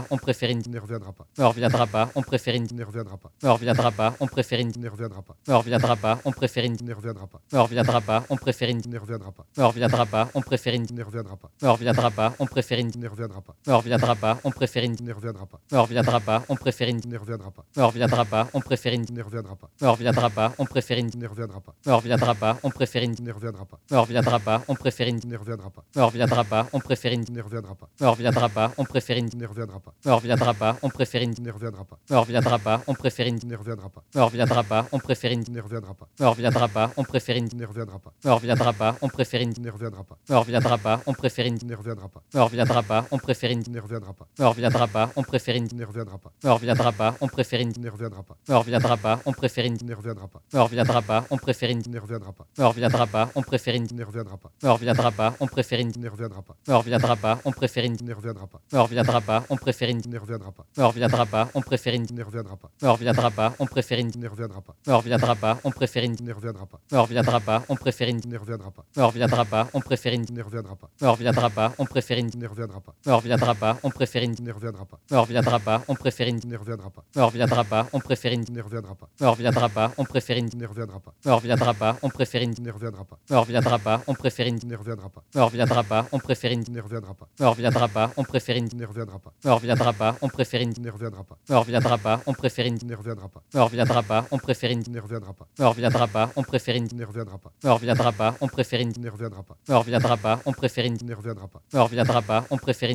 on préfère une.
On n'y reviendra pas.
On reviendra pas, on préfère une.
On n'y reviendra pas.
On reviendra pas, on préfère une.
On n'y reviendra pas.
On reviendra pas, on préfère une.
On n'y reviendra pas.
On reviendra pas, on préfère une.
On n'y reviendra pas.
On reviendra pas, on préfère une.
On n'y reviendra pas.
On reviendra pas, on préfère une.
On n'y reviendra pas.
On reviendra pas, on préfère une.
On n'y reviendra pas.
On reviendra pas, on préfère une.
On n'y reviendra pas.
On reviendra pas, on préfère une.
On n'y reviendra pas.
On reviendra pas, on préfère une.
On n'y reviendra pas.
On reviendra pas, on préfère une.
On n'y reviendra pas.
On reviendra pas, on préfère une.
On n'y reviendra pas.
On reviendra pas, on préfère une.
On n'y reviendra pas.
On reviendra pas, on préfère une.
On n'y reviendra pas.
On reviendra pas, on préfère une.
On n'y reviendra pas.
On reviendra pas, on préfère une.
On n'y reviendra pas.
On reviendra pas, on préfère une.
On n'y reviendra pas.
On reviendra pas, on préfère une.
On n'y reviendra pas.
On reviendra pas, on préfère une.
On n'y reviendra pas.
On reviendra pas, on préfère une.
On n'y reviendra pas.
On reviendra pas, on préfère une.
On n'y reviendra pas.
On reviendra pas, on préfère une.
On n'y reviendra pas.
On reviendra pas, on préfère une.
On n'y reviendra pas.
On reviendra pas, on préfère une.
On n'y reviendra pas.
On reviendra pas, on préfère une. On reviendra
On n'y reviendra pas.
pas, on préfère une.
On n'y reviendra pas.
On reviendra pas, on préfère une. une.
On n'y reviendra pas.
On reviendra pas. On préfère une.
On n'y reviendra pas.
On reviendra pas. On préfère
On
une.
n'y reviendra pas.
On reviendra pas. On préfère une.
On n'y reviendra pas.
On reviendra pas. On préfère une.
On n'y reviendra pas.
On reviendra pas. On préfère une.
On n'y reviendra pas.
On reviendra pas. On préfère une.
On n'y reviendra pas.
On reviendra pas. On préfère une.
On n'y reviendra pas.
On reviendra pas. On préfère une.
On n'y reviendra pas.
On reviendra pas. On préfère
On
une.
n'y reviendra pas.
On reviendra pas. On préfère une.
On n'y reviendra pas. On
On reviendra pas. On préfère une.
n'y reviendra pas.
On reviendra pas. On préfère une.
On n'y reviendra pas.
On reviendra pas. On préfère une.
On n'y reviendra pas.
On reviendra pas.
On n'y reviendra pas.
On préfère une. On reviendra pas. On préfère une.
On n'y reviendra pas.
On reviendra pas. On préfère une.
On n'y reviendra pas.
On reviendra pas. On préfère une.
On n'y reviendra pas.
On reviendra pas. On préfère une.
On n'y reviendra pas.
On reviendra pas.
On n'y reviendra pas.
On préfère une. On reviendra pas. On préfère une.
On n'y reviendra pas.
On reviendra pas. On préfère une.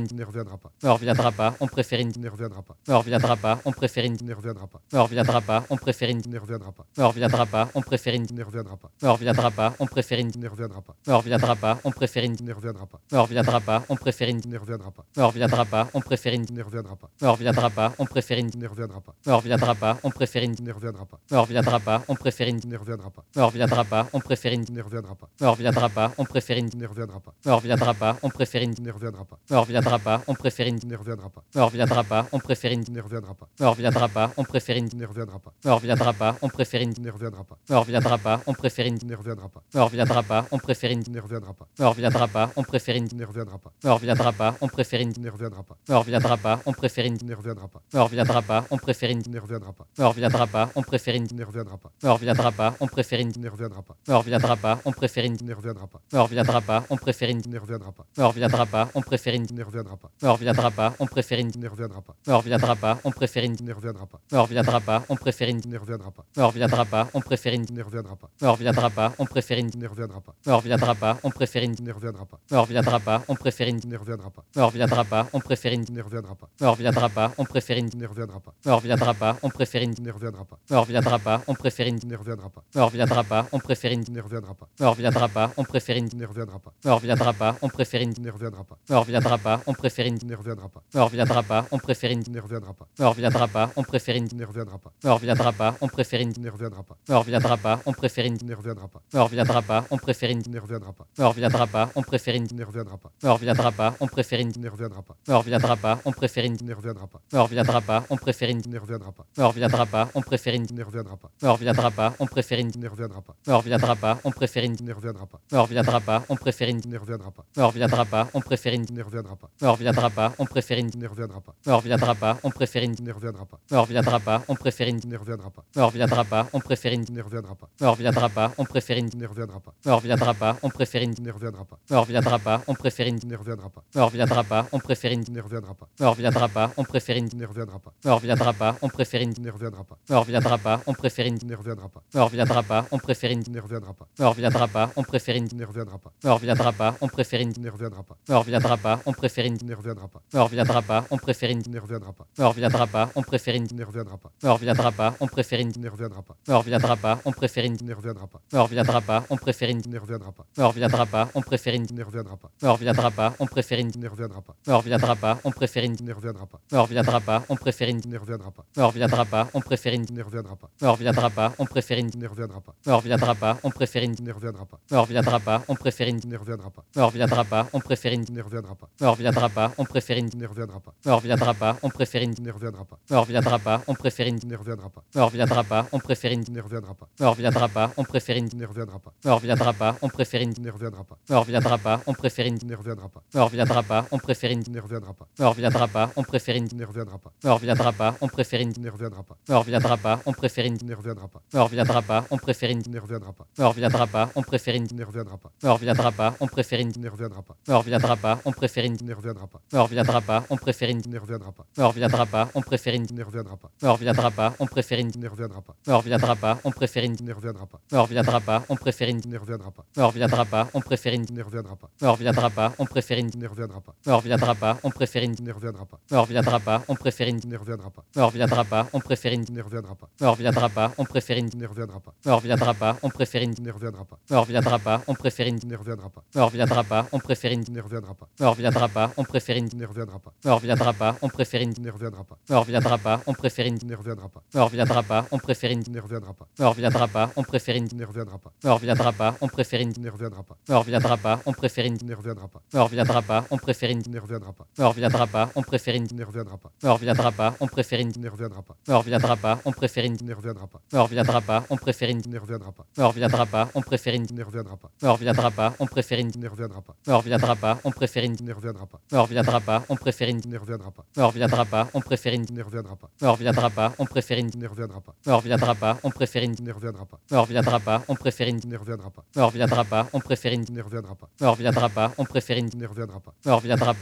On n'y reviendra pas.
On reviendra pas. On préfère une.
On n'y reviendra pas.
On reviendra pas. On préfère
On
une.
n'y reviendra pas.
On reviendra pas. On préfère une.
On n'y reviendra pas.
On reviendra
On n'y reviendra pas.
pas. On préfère une. On reviendra pas. On préfère une.
On n'y reviendra pas.
On reviendra pas. On préfère une.
On n'y reviendra pas.
On reviendra pas. On préfère une.
On n'y reviendra pas.
On reviendra pas. On préfère une.
On n'y reviendra pas.
On reviendra pas. On préfère une.
On n'y reviendra pas.
On reviendra pas. On préfère une.
On n'y reviendra pas.
On reviendra pas. On préfère une.
On n'y reviendra pas.
On reviendra pas. On préfère une.
On n'y reviendra pas.
On reviendra pas. On préfère une.
On n'y reviendra pas.
On reviendra pas. On préfère une.
On n'y reviendra pas.
On reviendra pas. On préfère une.
On n'y reviendra pas.
On reviendra pas. On préfère
On
une.
n'y reviendra pas.
On reviendra pas. On préfère une.
On n'y reviendra pas.
On reviendra pas. On préfère une.
On n'y reviendra pas.
On reviendra pas. On préfère une.
On n'y reviendra pas.
On reviendra pas. On préfère une.
On n'y reviendra pas.
On reviendra pas. On préfère une.
On n'y reviendra pas.
On reviendra pas. On préfère une.
On n'y reviendra pas. On n'y reviendra pas.
On reviendra pas. On préfère une. On reviendra pas. On préfère une.
On n'y reviendra pas.
On reviendra pas. On préfère une.
On n'y reviendra pas.
On reviendra pas. On préfère
On
une.
n'y reviendra pas.
On reviendra pas. On préfère une.
On n'y reviendra pas.
On reviendra pas. On préfère
On
une.
n'y reviendra pas.
On reviendra pas. On préfère une.
On n'y reviendra pas.
On reviendra pas. On préfère une.
On n'y reviendra pas.
On reviendra pas. On préfère une.
On n'y reviendra pas.
On reviendra pas. On préfère une.
On n'y reviendra pas.
On reviendra pas. On préfère une.
On n'y reviendra pas. On n'y reviendra pas.
On reviendra pas. On préfère une. On reviendra pas. On préfère une.
On n'y reviendra pas.
On reviendra pas. On préfère une.
On n'y reviendra pas.
On reviendra pas. On préfère une.
On n'y reviendra pas. On n'y
On reviendra pas. On préfère une.
reviendra pas.
On reviendra pas. On préfère une.
On n'y reviendra pas.
On
On n'y reviendra pas.
reviendra pas. On préfère une. On reviendra pas. On préfère une.
On n'y reviendra pas.
On reviendra pas. On préfère une.
On n'y reviendra pas. On
On reviendra pas. On préfère une.
n'y reviendra pas.
On reviendra pas. On préfère une.
On n'y reviendra pas.
On reviendra pas. On préfère une.
On n'y reviendra pas.
On reviendra pas. On préfère une.
On n'y reviendra pas. On n'y reviendra pas.
On reviendra pas. On préfère une. On reviendra pas. On préfère une.
On n'y reviendra pas.
On reviendra pas. On préfère une.
On n'y reviendra pas.
On reviendra pas.
On n'y reviendra pas.
On préfère une. On reviendra pas. On préfère une.
On n'y reviendra pas.
On reviendra pas. On préfère une.
On n'y reviendra pas.
On reviendra pas. On préfère
On
une.
n'y reviendra pas.
On reviendra pas. On préfère une.
On n'y reviendra pas.
On reviendra pas.
On n'y reviendra pas. On n'y reviendra pas.
On préfère une. On reviendra pas. On préfère une. On reviendra pas. On préfère une.
On n'y reviendra pas.
On reviendra pas. On préfère une.
On n'y reviendra pas.
On reviendra pas. On préfère une.
On n'y reviendra pas.
On reviendra pas. On préfère une.
On n'y reviendra pas.
On reviendra pas. On préfère une.
On n'y reviendra pas.
On reviendra pas. On préfère une.
On n'y reviendra pas.
On reviendra pas. On préfère une.
On n'y reviendra pas.
On reviendra pas. On préfère une.
On n'y reviendra pas.
On reviendra pas. On préfère
On
une.
n'y reviendra pas.
On reviendra pas. On préfère une.
On n'y reviendra pas.
On reviendra pas. On préfère une.
On n'y reviendra pas.
On reviendra pas. On préfère une.
On n'y reviendra pas.
On reviendra pas. On préfère une.
On n'y reviendra pas.
On reviendra pas. On préfère une.
On n'y reviendra pas.
On reviendra pas. On préfère
On
une.
n'y reviendra pas.
On reviendra pas. On préfère une.
On n'y reviendra pas.
On reviendra pas. On préfère
On
une.
n'y reviendra pas.
On reviendra pas. On préfère une.
On n'y reviendra pas. On n'y reviendra pas.
On reviendra pas. On préfère une. On reviendra pas. On préfère une.
On n'y reviendra pas.
On reviendra pas. On préfère une.
On n'y reviendra pas.
On reviendra pas. On préfère
On
une.
n'y reviendra pas.
On reviendra pas. On préfère une.
On n'y reviendra pas.
On reviendra pas. On préfère
On
une.
n'y reviendra pas.
On reviendra pas. On préfère une.
On n'y reviendra pas.
On reviendra pas. On préfère une.
On n'y reviendra pas.
On reviendra pas. On préfère une.
On n'y reviendra pas.
On reviendra pas. On préfère une.
On n'y reviendra pas.
On reviendra pas. On préfère une.
On n'y reviendra pas.
On reviendra pas. On préfère une.
On n'y reviendra pas.
On reviendra pas. On préfère une.
On n'y reviendra pas.
On reviendra pas. On préfère une.
On n'y reviendra pas. On
On reviendra pas. On préfère une.
n'y reviendra pas.
On reviendra pas. On préfère une.
On n'y reviendra pas.
On reviendra pas. On préfère une.
On n'y reviendra pas.
On reviendra pas. On préfère une.
On n'y reviendra pas.
On reviendra pas. On préfère une.
On n'y reviendra pas.
On reviendra pas. On préfère une.
On n'y reviendra pas. On n'y
On reviendra pas. On préfère une.
reviendra pas.
On reviendra pas. On préfère une.
On n'y reviendra pas.
On reviendra pas. On préfère une.
On n'y reviendra pas.
On reviendra pas. On préfère une.
On n'y reviendra pas.
On reviendra pas. On préfère
On
une.
n'y reviendra pas.
On reviendra pas. On préfère une.
On n'y reviendra pas.
On reviendra pas. On préfère
On n'y
une.
reviendra pas.
On reviendra pas. On préfère une.
On n'y reviendra pas.
On reviendra pas. On préfère une.
On n'y reviendra pas. On n'y reviendra pas.
On reviendra pas. On préfère une. On reviendra pas. On préfère une.
On n'y reviendra pas.
On reviendra pas. On préfère une.
On n'y reviendra pas.
On reviendra pas. On préfère une.
On n'y reviendra pas.
On reviendra pas. On préfère une.
On n'y reviendra pas.
On reviendra pas. On préfère une.
On n'y reviendra pas. On n'y reviendra
On reviendra pas. On préfère une.
pas.
On reviendra
On n'y reviendra pas.
pas. On préfère une. On reviendra pas.
On n'y reviendra pas.
On préfère une. On reviendra pas. On préfère une.
On n'y reviendra pas. On
On reviendra pas. On préfère une.
n'y reviendra pas.
On reviendra pas. On préfère une.
On n'y reviendra pas.
On reviendra pas. On préfère une.
On n'y reviendra pas.
On reviendra pas. On préfère une.
On n'y reviendra pas.
On reviendra pas. On préfère une.
On n'y reviendra pas.
On reviendra pas. On préfère une.
On n'y reviendra pas.
On reviendra pas. On préfère une.
On n'y reviendra pas.
On reviendra pas. On préfère une.
On n'y reviendra pas.
On reviendra pas. On préfère une.
On n'y reviendra pas.
On reviendra pas. On préfère une.
On n'y reviendra pas.
On reviendra pas. On préfère une.
On n'y reviendra pas.
On reviendra pas. On préfère préfère une.
On n'y reviendra pas.
On reviendra pas. On préfère une.
On n'y reviendra pas.
On reviendra pas. On préfère
On
une.
n'y reviendra pas.
On reviendra pas. On préfère une.
On n'y reviendra pas.
On reviendra pas.
On n'y reviendra pas.
On préfère une. On reviendra pas. On préfère une.
On n'y reviendra pas.
On reviendra pas. On préfère une.
On n'y reviendra pas.
On reviendra pas. On préfère
On n'y reviendra pas.
une. On reviendra pas. On préfère une.
On n'y reviendra pas. On
On reviendra pas. On préfère une.
n'y reviendra pas.
On reviendra pas. On préfère
On
une.
n'y reviendra pas.
On reviendra pas. On préfère
On
une.
n'y reviendra pas.
On reviendra pas. On préfère une.
On n'y reviendra pas.
On reviendra pas. On préfère
On
une.
n'y reviendra pas.
On reviendra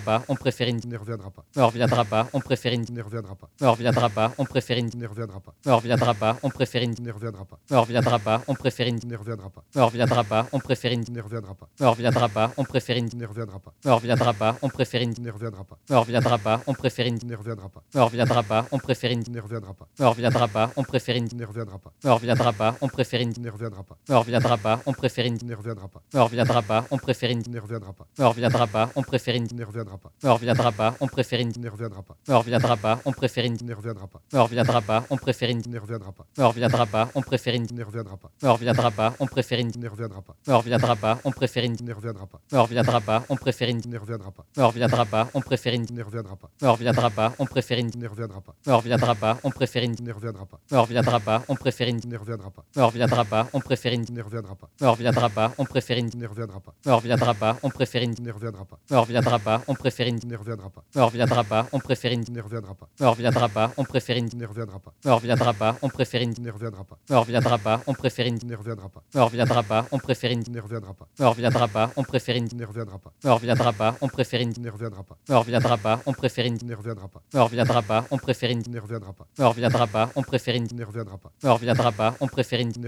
pas. On préfère une.
On n'y reviendra pas.
On reviendra pas. On préfère
On
une.
n'y reviendra pas.
On reviendra pas. On préfère une.
On n'y reviendra pas.
On reviendra pas. On préfère une.
On n'y reviendra pas.
On reviendra pas. On préfère une.
On n'y reviendra pas.
On reviendra pas. On préfère une.
On n'y reviendra pas.
On reviendra pas. On
On n'y reviendra pas.
préfère une. On reviendra pas. On préfère une.
On n'y reviendra pas.
On reviendra pas. On préfère une.
On n'y reviendra pas.
On reviendra pas. On préfère une.
On n'y reviendra pas.
On reviendra pas. On préfère une.
On n'y reviendra pas.
On reviendra pas. On préfère une.
On n'y reviendra pas.
On reviendra pas. On préfère une.
On n'y reviendra pas.
On reviendra pas. On préfère une.
On n'y reviendra pas.
On reviendra pas. On préfère une.
On n'y reviendra pas.
On reviendra pas. On préfère une.
On n'y reviendra pas.
On reviendra pas.
On n'y reviendra
On préfère une.
pas.
On reviendra pas.
On n'y reviendra pas.
On préfère une. On reviendra pas. On préfère une.
On n'y reviendra pas.
On reviendra pas. On préfère une.
On n'y reviendra pas.
On reviendra pas. On préfère une.
On n'y reviendra pas.
On reviendra pas. On préfère
On
une.
n'y reviendra pas.
On reviendra pas. On préfère une.
On n'y reviendra pas.
On reviendra pas. On préfère une.
On n'y reviendra pas.
On reviendra pas. On préfère une.
On n'y reviendra pas. On
On reviendra pas. On préfère une.
n'y reviendra pas.
On reviendra pas. On préfère une.
On n'y reviendra pas.
On reviendra pas. On préfère une.
On n'y reviendra pas.
On reviendra pas. On préfère une.
On n'y reviendra pas.
On reviendra pas. On préfère une.
On n'y reviendra pas.
On reviendra pas. On préfère une.
On n'y reviendra pas. On n'y reviendra pas. On
On reviendra pas. On préfère une. On reviendra pas. On préfère une.
n'y reviendra pas.
On reviendra pas. On préfère
On
une.
n'y reviendra pas.
On reviendra pas. On préfère une.
On n'y reviendra pas.
On reviendra pas. On préfère une.
On n'y reviendra pas.
On reviendra pas. On préfère une.
On n'y reviendra pas.
On reviendra pas. On préfère une.
On n'y reviendra pas.
On reviendra pas. On préfère une.
On n'y reviendra pas.
On reviendra pas. On préfère une.
On n'y reviendra pas.
On reviendra pas. On préfère une.
On n'y reviendra pas.
On reviendra pas. On préfère une.
On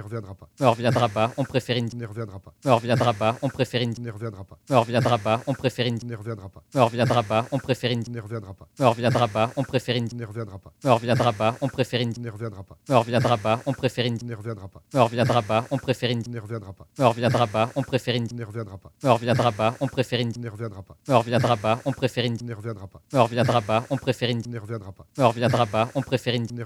n'y reviendra pas.
On reviendra pas. On préfère une.
On n'y reviendra pas.
On reviendra pas. On préfère une.
On n'y reviendra pas.
On reviendra pas. On préfère une.
On n'y reviendra pas.
On reviendra pas. On préfère une.
On n'y reviendra pas.
On reviendra pas. On préfère
On
une.
n'y reviendra pas.
On reviendra pas. On préfère une.
On n'y reviendra pas.
On reviendra pas. On préfère une.
On n'y reviendra pas. On n'y
On reviendra pas. On préfère une.
reviendra pas.
On reviendra pas. On préfère une.
On n'y reviendra pas.
On reviendra pas. On préfère une.
On n'y reviendra pas.
On reviendra pas. On préfère une.
On n'y reviendra pas.
On reviendra pas. On préfère une.
On n'y reviendra pas.
On reviendra pas. On préfère une.
On n'y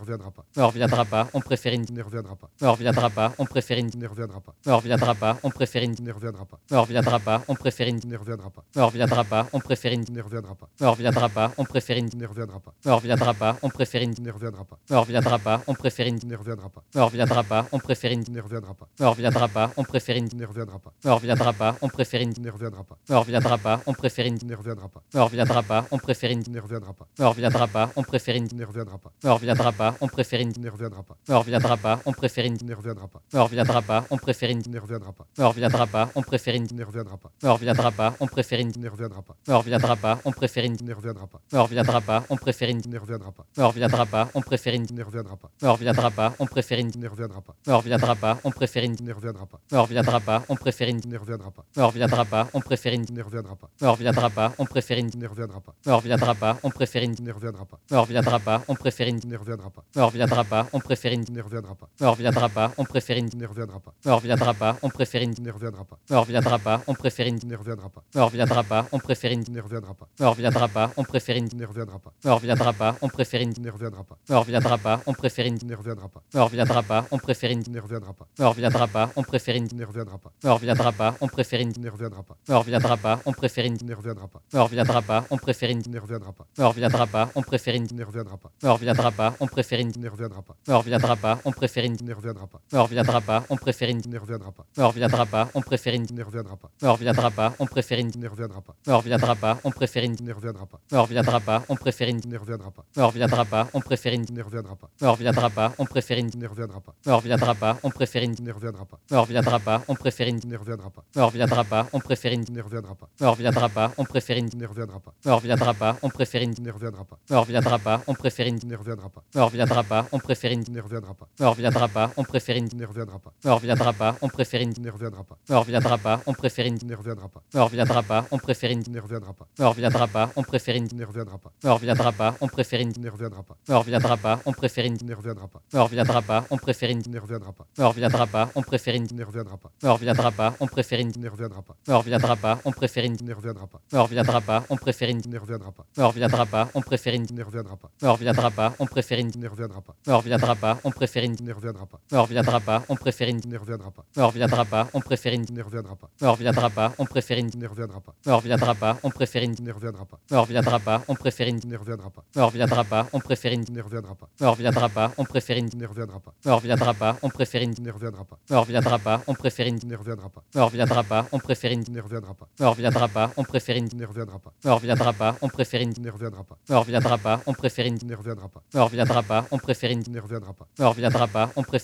reviendra pas.
On reviendra pas. On préfère une.
On n'y reviendra pas.
On reviendra pas. On préfère une.
On n'y reviendra pas.
On reviendra pas.
On n'y reviendra pas.
On préfère une. On reviendra pas. On préfère une.
On n'y reviendra pas.
On reviendra pas. On préfère une.
On n'y reviendra pas.
On reviendra pas. On préfère une.
On n'y reviendra pas.
On reviendra pas. On préfère une.
On n'y reviendra pas.
On reviendra pas. On préfère
On
une.
n'y reviendra pas.
On reviendra pas. On préfère une.
On n'y reviendra pas.
On reviendra pas. On préfère une.
On n'y reviendra pas.
On reviendra pas. On préfère une.
On n'y reviendra pas. On
On reviendra pas. On préfère une.
n'y reviendra pas. On
On reviendra pas. On préfère une.
n'y reviendra pas.
On reviendra pas. On préfère une.
On n'y reviendra pas.
On reviendra pas. On préfère une.
On n'y reviendra pas.
On reviendra pas. On préfère
On
une.
n'y reviendra pas.
On reviendra pas. On préfère une.
On n'y reviendra pas.
On reviendra pas. On préfère une.
On n'y reviendra pas.
On reviendra pas. On préfère une.
On n'y reviendra pas.
On reviendra pas. On préfère une.
On n'y reviendra pas.
On reviendra pas. On préfère une.
On n'y reviendra pas. On n'y reviendra pas.
On reviendra pas. On préfère une. On reviendra pas. On préfère une.
On n'y reviendra pas.
On reviendra pas. On préfère une.
On n'y reviendra pas.
On reviendra pas. On préfère une.
On n'y reviendra pas.
On reviendra pas.
On n'y reviendra pas.
On préfère une. On reviendra pas.
On n'y reviendra pas.
On préfère une. On reviendra pas. On préfère une.
On n'y reviendra pas.
On reviendra pas. On préfère une.
On n'y reviendra pas.
On reviendra pas. On préfère une.
On n'y reviendra pas.
On reviendra pas. On préfère une.
On n'y reviendra pas.
On reviendra pas. On préfère
On
une.
n'y reviendra pas.
On reviendra pas. On préfère une.
On n'y reviendra pas. On n'y reviendra pas. On n'y reviendra pas. On n'y reviendra
On reviendra pas. On préfère une. On reviendra pas. On préfère une. On reviendra pas. On préfère une.
pas.
On reviendra pas. On préfère une.
On n'y reviendra pas.
On reviendra pas. On préfère une.
On n'y reviendra pas.
On reviendra pas. On préfère une.
On n'y reviendra pas.
On reviendra pas. On préfère une.
On n'y reviendra pas.
On reviendra pas. On préfère une.
On n'y reviendra pas.
On reviendra pas. On préfère une.
On n'y reviendra pas.
On reviendra pas. On préfère une.
On n'y reviendra pas.
On reviendra pas. On préfère une.
On n'y reviendra pas.
On reviendra pas. On préfère une.
On n'y reviendra pas.
On reviendra pas. On préfère une.
On n'y reviendra pas.
On reviendra pas. On préfère une.
On n'y reviendra pas.
On reviendra pas. On préfère
On
une.
n'y reviendra pas.
On reviendra pas. On préfère une.
On n'y reviendra pas.
On reviendra pas. On préfère une.
On n'y reviendra pas.
On reviendra pas. On préfère une.
On n'y reviendra pas.
On reviendra pas. On préfère une.
On n'y reviendra pas.
On reviendra pas. On préfère une.
On n'y reviendra pas.
On reviendra pas. On préfère une.
On n'y reviendra pas. On n'y reviendra pas.
On reviendra pas. On préfère une. On reviendra pas. On préfère une.
On n'y reviendra pas.
On reviendra pas. On préfère une.
On n'y reviendra pas.
On reviendra pas. On préfère
On
une.
n'y reviendra pas.
On reviendra pas. On préfère une.
On n'y reviendra pas.
On reviendra pas. On préfère
On
une.
n'y reviendra pas.
On reviendra pas. On préfère une.
On n'y reviendra pas.
On reviendra pas. On préfère une.
On n'y reviendra pas.
On reviendra pas. On préfère une.
On n'y reviendra pas.
On reviendra pas. On préfère une.
On n'y reviendra pas.
On reviendra pas. On préfère
On
une.
n'y reviendra pas.
On
On n'y reviendra pas.
reviendra pas. On préfère une. On reviendra pas. On préfère une.
On n'y reviendra pas.
On reviendra pas. On préfère une.
On n'y reviendra pas.
On reviendra pas. On préfère une.
On n'y reviendra pas.
On reviendra pas. On préfère une.
On n'y reviendra pas.
On reviendra pas. On préfère une.
On n'y reviendra pas.
On reviendra pas. On préfère une.
On n'y reviendra pas.
On reviendra pas. On préfère une.
On n'y reviendra pas.
On reviendra pas. On préfère une.
On n'y reviendra pas. On
On reviendra pas. On préfère une.
n'y reviendra pas.
On reviendra pas. On préfère une.
On n'y reviendra pas.
On reviendra pas. On préfère
On
une.
n'y reviendra pas.
On reviendra pas. On préfère préfère une.
On n'y reviendra pas.
On reviendra pas. On préfère une.
On n'y reviendra pas.
On reviendra pas. On préfère une.
On n'y reviendra pas.
On reviendra pas. On préfère une. On reviendra pas. On préfère une. On reviendra pas. On préfère
On n'y reviendra pas. On n'y reviendra pas.
une.
On n'y reviendra pas.
On reviendra pas. On préfère une.
On n'y reviendra pas.
On reviendra pas. On préfère une.
On n'y reviendra pas.
On reviendra pas. On préfère une. On
On n'y reviendra pas.
reviendra pas. On préfère une. On reviendra pas. On préfère une.
On n'y reviendra pas. On n'y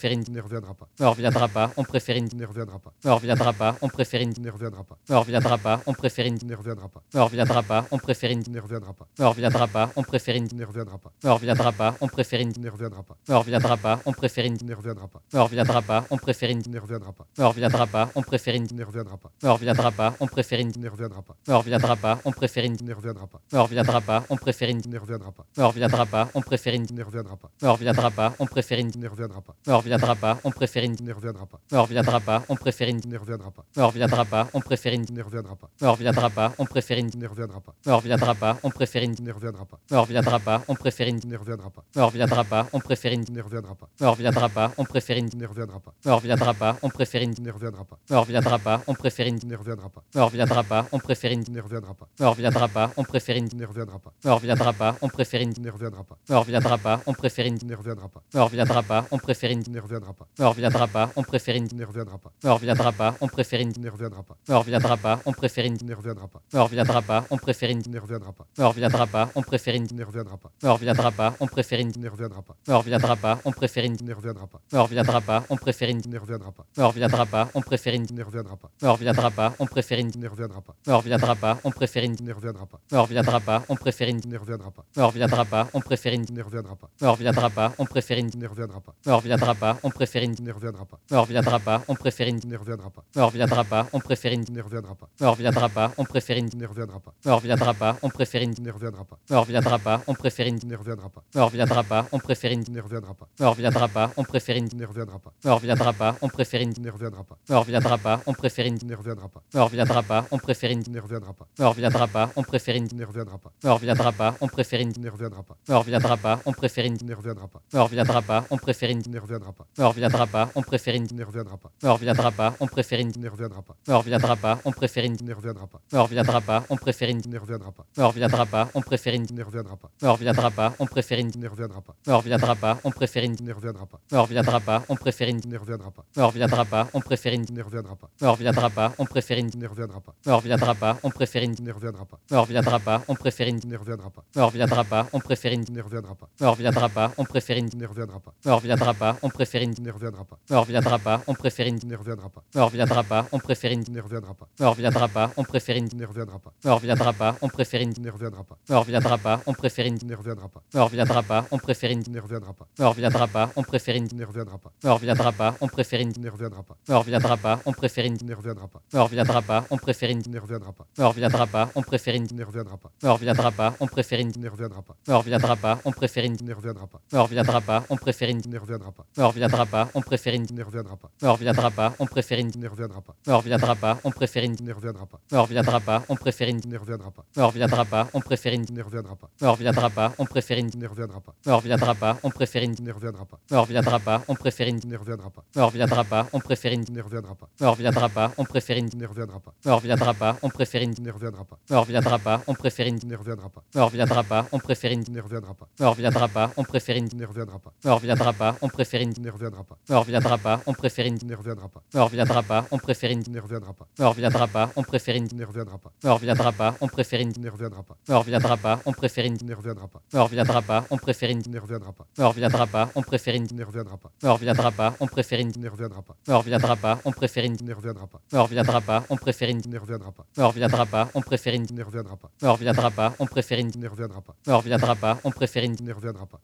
reviendra pas.
On reviendra pas. On préfère une.
On n'y
On reviendra pas.
reviendra pas.
On préfère une.
On n'y reviendra pas.
On reviendra pas. On préfère une.
On n'y reviendra pas.
On reviendra pas. On préfère une.
On n'y reviendra pas.
On reviendra pas. On préfère une.
On n'y reviendra pas.
On reviendra pas. On préfère une.
On n'y reviendra pas.
On reviendra pas. On préfère une.
On n'y reviendra pas.
On reviendra pas. On préfère une.
On n'y reviendra pas.
On reviendra pas. On préfère une.
On n'y reviendra pas.
On reviendra pas. On préfère une.
On n'y reviendra pas.
On reviendra pas. On préfère une.
On n'y reviendra pas.
On reviendra pas. On préfère une.
On n'y reviendra pas.
On reviendra pas. On préfère une.
On n'y reviendra pas.
On reviendra pas. On préfère une.
On n'y reviendra pas.
On reviendra pas. On préfère une.
On n'y reviendra pas.
On reviendra pas. On préfère une.
On n'y reviendra pas.
On reviendra pas. On préfère une.
On n'y reviendra pas.
On reviendra pas. On préfère une.
On n'y reviendra pas.
On reviendra pas. On préfère une.
On
On reviendra pas.
n'y reviendra pas.
On préfère une.
On n'y reviendra pas.
On reviendra pas. On préfère une. On reviendra pas. On
On n'y reviendra pas.
préfère une. On reviendra pas. On préfère une.
On n'y reviendra pas. On n'y reviendra pas.
On reviendra pas. On préfère une.
On n'y reviendra pas.
On reviendra pas. On préfère une.
On n'y reviendra pas.
On reviendra pas. On préfère une.
On n'y reviendra pas.
On reviendra pas. On préfère une.
On n'y reviendra
On
pas.
reviendra pas. On préfère une.
On n'y reviendra pas.
On reviendra pas. On préfère une.
On n'y reviendra pas.
On reviendra pas. On préfère une.
On n'y reviendra pas.
On reviendra pas. On préfère une.
On n'y reviendra pas.
On reviendra pas. On préfère une.
On n'y reviendra pas.
On reviendra pas. On préfère une.
On n'y reviendra pas.
On reviendra pas. On préfère une.
On
On reviendra pas. On préfère une.
n'y reviendra pas. On n'y reviendra pas.
On reviendra pas. On préfère une.
On n'y reviendra pas.
On reviendra pas. On préfère une.
On n'y reviendra pas.
On reviendra pas. On préfère une.
On n'y reviendra pas.
On reviendra pas. On préfère une. On reviendra pas. On préfère
On n'y reviendra pas.
une.
On n'y reviendra pas.
On reviendra pas. On préfère une.
On n'y reviendra pas.
On reviendra pas. On préfère une.
On n'y reviendra pas.
On reviendra pas. On préfère une.
On n'y reviendra pas.
On reviendra pas. On préfère une.
On
On reviendra pas. On préfère une.
n'y reviendra pas. On n'y reviendra pas.
On reviendra pas. On préfère une.
On n'y reviendra pas.
On reviendra pas. On préfère une.
On n'y reviendra pas.
On reviendra pas. On préfère une.
On n'y reviendra pas.
On reviendra pas. On préfère une.
On n'y reviendra pas.
On reviendra pas. On préfère une. On reviendra pas. On
On n'y reviendra pas.
préfère une.
On n'y reviendra pas.
On reviendra pas. On préfère une.
On n'y reviendra pas.
On reviendra pas. On préfère une.
On n'y reviendra pas.
On reviendra pas. On préfère une.
On n'y reviendra pas.
On reviendra pas. On préfère une.
On n'y reviendra pas.
On reviendra pas. On préfère une.
On n'y reviendra pas.
On reviendra pas. On préfère une.
On n'y reviendra pas.
On reviendra pas. On préfère une. On reviendra pas. On préfère une. On reviendra pas. On préfère une.
On n'y reviendra pas. On n'y reviendra pas. On n'y reviendra pas.
On reviendra pas. On préfère une.
On n'y reviendra pas.
On reviendra pas. On préfère une.
On n'y reviendra pas.
On reviendra pas. On préfère une.
On n'y reviendra pas.
On reviendra pas. On préfère une.
On n'y reviendra pas.
On reviendra pas. On préfère une.
On n'y reviendra pas.
On reviendra pas. On préfère une.
On n'y reviendra pas.
On reviendra pas. On préfère une.
On n'y reviendra pas.
On reviendra pas. On préfère une.
On n'y reviendra pas.
On reviendra pas. On préfère une.
On n'y reviendra pas.
On reviendra pas. On préfère une.
On n'y reviendra pas.
On reviendra pas. On préfère une.
On n'y reviendra pas.
On reviendra pas. On préfère une.
On n'y reviendra pas.
On reviendra pas. On préfère une.
On n'y reviendra pas.
On reviendra pas. On préfère une.
On n'y reviendra pas.
On reviendra pas. On préfère une. On reviendra pas.
On n'y reviendra pas.
On préfère une.
On n'y reviendra pas.
On reviendra pas. On préfère une.
On n'y reviendra pas.
On reviendra pas. On préfère une.
On n'y reviendra pas.
On reviendra pas. On préfère une.
On n'y reviendra pas.
On reviendra pas. On préfère une.
On n'y reviendra pas.
On reviendra pas. On préfère une.
On n'y reviendra pas.
On reviendra pas. On préfère une.
On n'y reviendra pas.
On reviendra pas. On préfère une.
On n'y reviendra pas.
On reviendra pas. On préfère une.
On n'y reviendra pas.
On reviendra pas. On préfère une.
On n'y reviendra pas.
On reviendra pas. On préfère une.
On n'y reviendra pas.
On reviendra pas. On préfère une.
On n'y reviendra pas.
On reviendra pas. On préfère une.
On n'y reviendra pas.
On reviendra pas. On préfère une.
On n'y reviendra pas.
On reviendra pas. On préfère une.
On n'y reviendra pas.
On reviendra pas. On préfère une.
On n'y reviendra pas.
On reviendra pas. On préfère une.
On n'y reviendra pas.
On reviendra pas. On préfère une.
On n'y reviendra pas.
On reviendra pas. On préfère une.
On n'y reviendra pas.
On reviendra pas. On préfère une.
On n'y reviendra pas.
On reviendra pas. On préfère une.
On n'y
On
reviendra pas.
reviendra pas. On préfère une.
On n'y reviendra pas.
On reviendra pas. On préfère une.
On n'y reviendra pas.
On reviendra pas. On préfère une.
On n'y reviendra pas.
On reviendra pas. On préfère une.
On n'y reviendra pas.
On reviendra pas. On préfère une.
On n'y reviendra pas.
On reviendra pas. On préfère une.
On n'y reviendra pas.
On reviendra pas. On préfère une.
On n'y
On reviendra
reviendra pas.
pas. On préfère une.
On n'y reviendra pas.
On reviendra pas. On préfère une.
On n'y reviendra pas.
On reviendra pas. On préfère une.
On n'y reviendra pas.
On reviendra pas. On préfère une.
On n'y reviendra pas.
On reviendra pas. On préfère une.
On n'y reviendra pas.
On reviendra pas. On préfère une.
On n'y reviendra pas.
On reviendra pas. On préfère une. On reviendra pas. On
On n'y reviendra pas.
préfère une.
On n'y reviendra pas.
On reviendra pas. On préfère une.
On n'y reviendra pas.
On reviendra pas. On préfère une.
On n'y reviendra pas.
On reviendra pas. On préfère une.
On n'y reviendra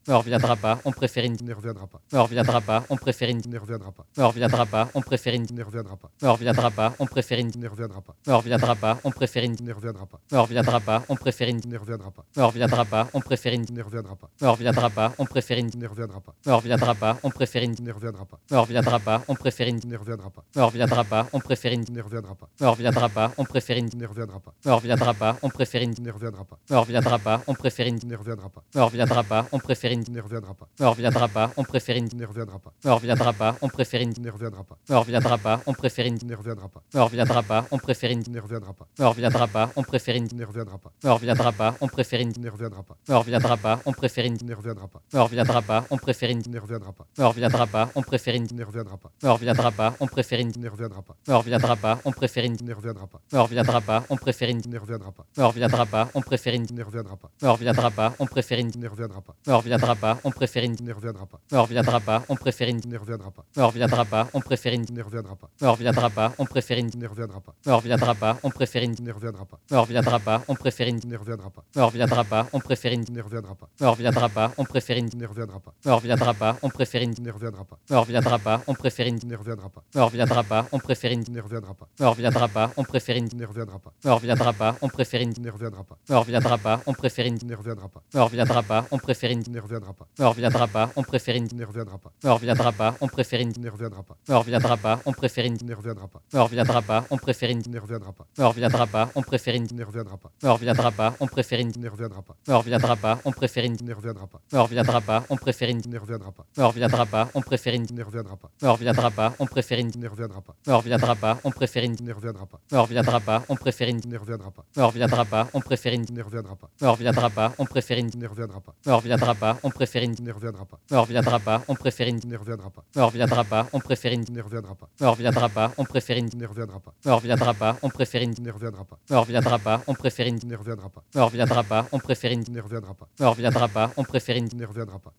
pas.
On reviendra pas. On préfère une. On reviendra pas. On préfère une. On reviendra pas. On préfère une.
On n'y reviendra pas. On n'y reviendra pas. On n'y reviendra pas.
On reviendra pas. On préfère une.
On n'y reviendra pas.
On reviendra pas. On préfère une.
On n'y reviendra pas.
On reviendra pas. On préfère une.
On n'y reviendra pas.
On reviendra pas. On préfère une.
On n'y reviendra pas.
On reviendra pas. On préfère une.
On n'y reviendra pas.
On reviendra pas. On préfère une.
On n'y reviendra pas.
On reviendra pas. On préfère une.
On n'y reviendra pas.
On reviendra pas. On préfère une.
On n'y reviendra pas.
On reviendra pas. On préfère une.
On n'y reviendra pas.
On reviendra pas. On préfère une.
On n'y reviendra pas.
On reviendra pas. On préfère une.
On n'y reviendra pas.
On reviendra pas. On préfère une.
On n'y reviendra pas.
On reviendra pas. On préfère une.
On n'y reviendra pas.
On reviendra pas. On préfère une.
On n'y reviendra pas.
On reviendra pas. On préfère une.
On n'y reviendra pas.
On reviendra pas. On préfère une. On
On n'y reviendra pas.
reviendra pas. On préfère une.
On n'y reviendra pas.
On reviendra pas. On préfère une.
On n'y reviendra pas.
On reviendra pas. On préfère
On n'y reviendra pas.
une. On reviendra pas. On préfère une.
On n'y reviendra pas.
On reviendra pas. On préfère une.
On n'y reviendra pas.
On reviendra pas. On préfère une.
On n'y reviendra pas.
On reviendra pas. On préfère une.
On n'y reviendra pas.
On reviendra pas. On préfère une.
On n'y reviendra pas.
On reviendra pas. On préfère une.
On n'y reviendra pas.
On reviendra pas. On préfère une.
On n'y reviendra pas.
On reviendra pas. On préfère une.
On n'y reviendra pas.
On reviendra pas. On préfère
On
une.
n'y reviendra pas.
On reviendra pas. On préfère une.
On n'y reviendra pas.
On reviendra pas. On préfère une.
On n'y reviendra pas.
On reviendra pas. On préfère une.
On n'y reviendra pas.
On reviendra pas. On préfère une.
On n'y reviendra pas.
On reviendra pas. On préfère une.
On n'y reviendra pas. On
On reviendra pas. On préfère une.
n'y reviendra pas.
On reviendra pas. On préfère une.
On n'y reviendra pas.
On reviendra pas. On préfère une.
On n'y reviendra pas.
On reviendra pas. On préfère une.
On n'y reviendra pas.
On reviendra pas. On préfère
On
une.
n'y reviendra pas.
On reviendra pas. On préfère une.
On n'y reviendra pas.
On reviendra pas. On préfère une.
On n'y reviendra pas.
On reviendra pas. On préfère une.
On n'y reviendra pas.
On reviendra pas. On préfère
On
une.
n'y reviendra pas.
On reviendra pas. On préfère une.
On n'y reviendra pas.
On reviendra pas. On préfère une.
On n'y reviendra pas.
On reviendra pas. On préfère une.
On n'y reviendra pas.
On reviendra pas. On préfère une.
On n'y reviendra pas.
On reviendra pas. On préfère
On
une.
n'y reviendra pas.
On reviendra pas.
On n'y reviendra pas.
On préfère une. On reviendra pas. On préfère une.
On n'y reviendra pas.
On reviendra pas. On préfère une.
On n'y reviendra pas.
On reviendra pas. On préfère une.
On n'y reviendra pas. On n'y reviendra pas.
On reviendra pas. On préfère une. On reviendra pas. On préfère une.
On n'y reviendra pas.
On reviendra pas. On préfère une.
On n'y reviendra pas.
On reviendra pas. On préfère une.
On n'y reviendra pas. On n'y reviendra pas. On n'y reviendra pas. On n'y reviendra
On reviendra pas. On préfère une. On reviendra pas. On préfère une. On reviendra pas. On préfère une.
pas.
On reviendra pas. On préfère une.
On n'y reviendra pas.
On reviendra pas. On préfère une.
On n'y reviendra pas.
On reviendra pas. On préfère une.
On n'y reviendra pas.
On reviendra pas. On préfère une.
On n'y reviendra pas.
On reviendra pas. On préfère une.
On n'y reviendra pas.
On reviendra pas. On préfère une.
On n'y reviendra pas.
On reviendra pas. On préfère une.
On n'y reviendra pas.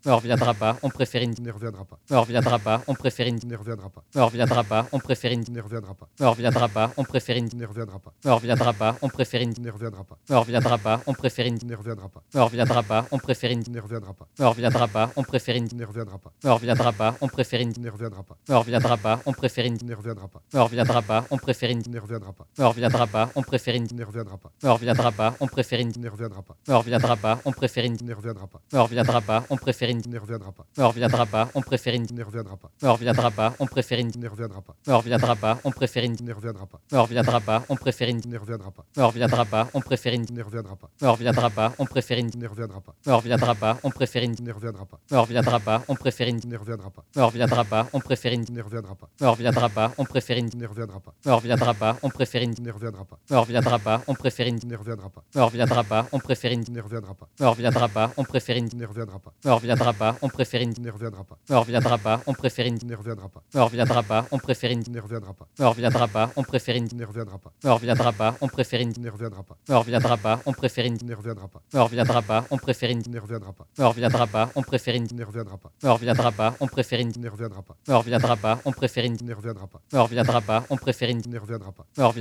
On reviendra pas. On préfère une.
On n'y reviendra pas.
On reviendra pas. On préfère
On
une.
n'y reviendra pas.
On reviendra pas. On préfère une.
On n'y reviendra pas.
On reviendra pas. On préfère une.
On n'y reviendra pas.
On reviendra pas. On préfère une.
On n'y reviendra pas.
On reviendra pas. On préfère une.
On n'y reviendra pas.
On reviendra pas. On préfère une.
On n'y reviendra pas.
On reviendra pas. On préfère
On
une.
n'y reviendra pas.
On reviendra pas. On préfère une.
On n'y reviendra pas.
On reviendra pas. On préfère
On
une.
n'y reviendra pas.
On reviendra pas. On préfère une.
On n'y reviendra pas. On n'y reviendra pas.
On reviendra pas. On préfère une. On reviendra pas. On préfère une.
On n'y reviendra pas.
On reviendra pas. On préfère une.
On n'y reviendra pas.
On reviendra pas. On préfère une.
On n'y reviendra pas.
On reviendra pas. On préfère une.
On n'y reviendra pas.
On reviendra pas. On préfère
On
une.
n'y reviendra pas.
On reviendra pas. On préfère une.
On n'y reviendra pas.
On reviendra pas. On préfère une.
On n'y reviendra pas.
On reviendra pas. On préfère une.
On n'y reviendra pas.
On reviendra pas. On préfère une.
On n'y reviendra pas.
On reviendra pas. On préfère une.
On n'y reviendra pas.
On reviendra pas. On préfère une.
On n'y reviendra pas.
On reviendra pas. On préfère une.
On n'y reviendra pas.
On reviendra pas. On préfère une.
On n'y reviendra pas.
On reviendra pas. On préfère une.
On n'y reviendra pas. On n'y
On reviendra pas. On préfère une.
reviendra pas.
On reviendra pas. On préfère une.
On n'y reviendra pas.
On reviendra pas. On préfère une.
On n'y reviendra pas.
On reviendra pas. On préfère une.
On n'y reviendra pas.
On reviendra pas. On préfère une.
On n'y reviendra pas.
On reviendra pas. On préfère une.
On n'y reviendra pas.
On reviendra pas. On préfère une.
On n'y reviendra pas.
On reviendra pas. On préfère une.
On n'y reviendra pas. On n'y
On reviendra pas. On préfère une.
reviendra pas.
On reviendra pas.
On n'y reviendra pas.
On préfère une. On reviendra pas. On préfère une.
On n'y reviendra pas.
On reviendra pas. On préfère une.
On n'y reviendra pas.
On reviendra pas. On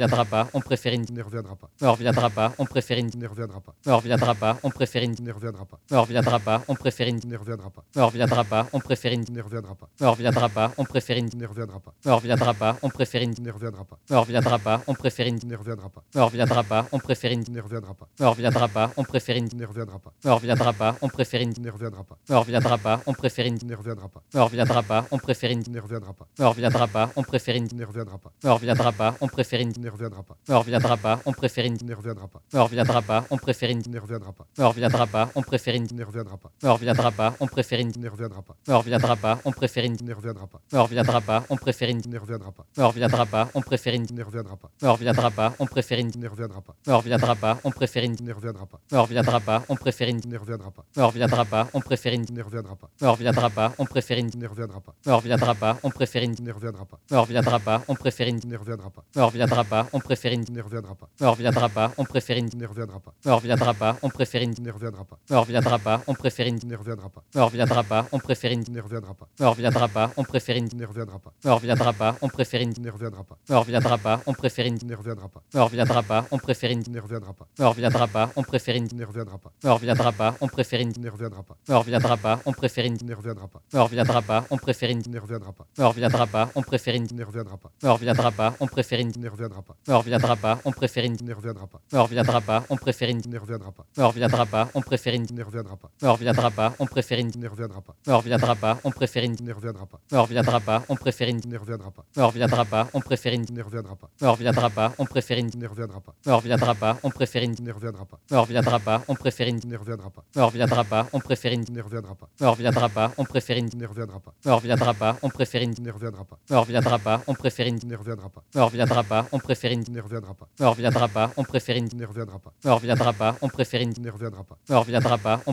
préfère une.
On n'y reviendra pas.
On reviendra pas. On préfère
On
une.
n'y reviendra pas.
On reviendra pas. On préfère une.
On n'y reviendra pas.
On reviendra pas. On préfère une.
On n'y reviendra pas.
On reviendra pas.
On n'y reviendra pas. On n'y reviendra pas. On n'y reviendra pas.
On préfère une. On reviendra pas. On préfère une. On reviendra pas. On préfère une. On reviendra pas. On préfère une.
On n'y reviendra pas.
On reviendra pas. On préfère une.
On n'y reviendra pas.
On reviendra pas. On préfère une.
On n'y reviendra pas.
On reviendra pas. On préfère une.
On n'y reviendra pas.
On reviendra pas. On préfère une.
On n'y reviendra pas.
On reviendra pas. On préfère une.
On n'y reviendra pas.
On reviendra pas. On préfère une.
On n'y reviendra pas.
On reviendra pas. On préfère une.
On n'y reviendra pas.
On reviendra pas. On préfère une.
On n'y reviendra pas.
On reviendra pas. On préfère une.
On n'y reviendra pas.
On reviendra pas. On préfère une.
On n'y reviendra pas.
On reviendra pas. On préfère une.
On n'y reviendra pas.
On reviendra pas. On préfère une.
On n'y reviendra pas.
On reviendra pas. On préfère une.
On n'y reviendra pas.
On reviendra pas. On préfère une.
On n'y reviendra pas.
On reviendra pas. On préfère une.
On n'y reviendra pas.
On reviendra pas. On préfère une.
On n'y reviendra pas.
On reviendra pas. On préfère une.
On n'y reviendra pas.
On reviendra pas. On préfère une.
On n'y reviendra pas.
On reviendra pas. On préfère
On
une.
n'y reviendra pas.
On reviendra pas. On préfère une.
On n'y reviendra pas.
On reviendra pas. On préfère une.
On n'y reviendra pas.
On reviendra pas. On préfère une.
On n'y reviendra pas.
On reviendra pas. On préfère une.
On n'y reviendra pas.
On reviendra pas. On préfère une.
On n'y reviendra pas.
On reviendra pas. On préfère une.
On n'y reviendra pas.
On reviendra pas. On préfère une.
On n'y reviendra pas.
On reviendra pas. On préfère
On
une.
n'y reviendra pas.
On reviendra pas. On préfère une.
On n'y reviendra pas.
On reviendra pas. On préfère une.
On n'y reviendra pas.
On reviendra pas. On préfère une.
On n'y reviendra pas.
On reviendra pas. On préfère une.
On n'y reviendra pas.
On reviendra pas. On préfère une.
On n'y reviendra pas.
On reviendra pas. On préfère une.
On n'y reviendra pas.
On reviendra pas. On préfère une.
On n'y reviendra pas.
On reviendra pas. On préfère une.
On n'y reviendra pas.
On reviendra pas. On préfère une.
On n'y reviendra pas.
On reviendra pas. On préfère une.
On n'y reviendra pas.
On reviendra pas. On préfère une.
On n'y reviendra pas.
On reviendra pas. On préfère une.
On n'y reviendra pas.
On reviendra pas. On préfère une.
On n'y reviendra pas.
On reviendra pas. On préfère une.
On n'y reviendra pas.
On reviendra pas. On préfère une.
On n'y reviendra pas.
On reviendra pas. On préfère une.
On n'y reviendra pas.
On reviendra pas. On préfère une.
On n'y reviendra pas.
On reviendra pas. On préfère une.
On n'y reviendra pas.
On reviendra pas. On préfère une.
On n'y reviendra pas.
On reviendra pas. On préfère une.
On n'y reviendra pas. On n'y reviendra pas.
On reviendra pas. On préfère une. On reviendra pas. On préfère une.
On n'y reviendra pas.
On reviendra pas. On préfère
On
une.
n'y reviendra pas.
On reviendra pas. On préfère une.
On n'y reviendra pas.
On reviendra pas. On préfère une.
On n'y reviendra pas.
On reviendra pas. On préfère une.
On n'y reviendra pas.
On reviendra pas. on préfère une.
On n'y reviendra pas.
On reviendra pas, on préfère une.
On n'y reviendra pas.
On reviendra pas, on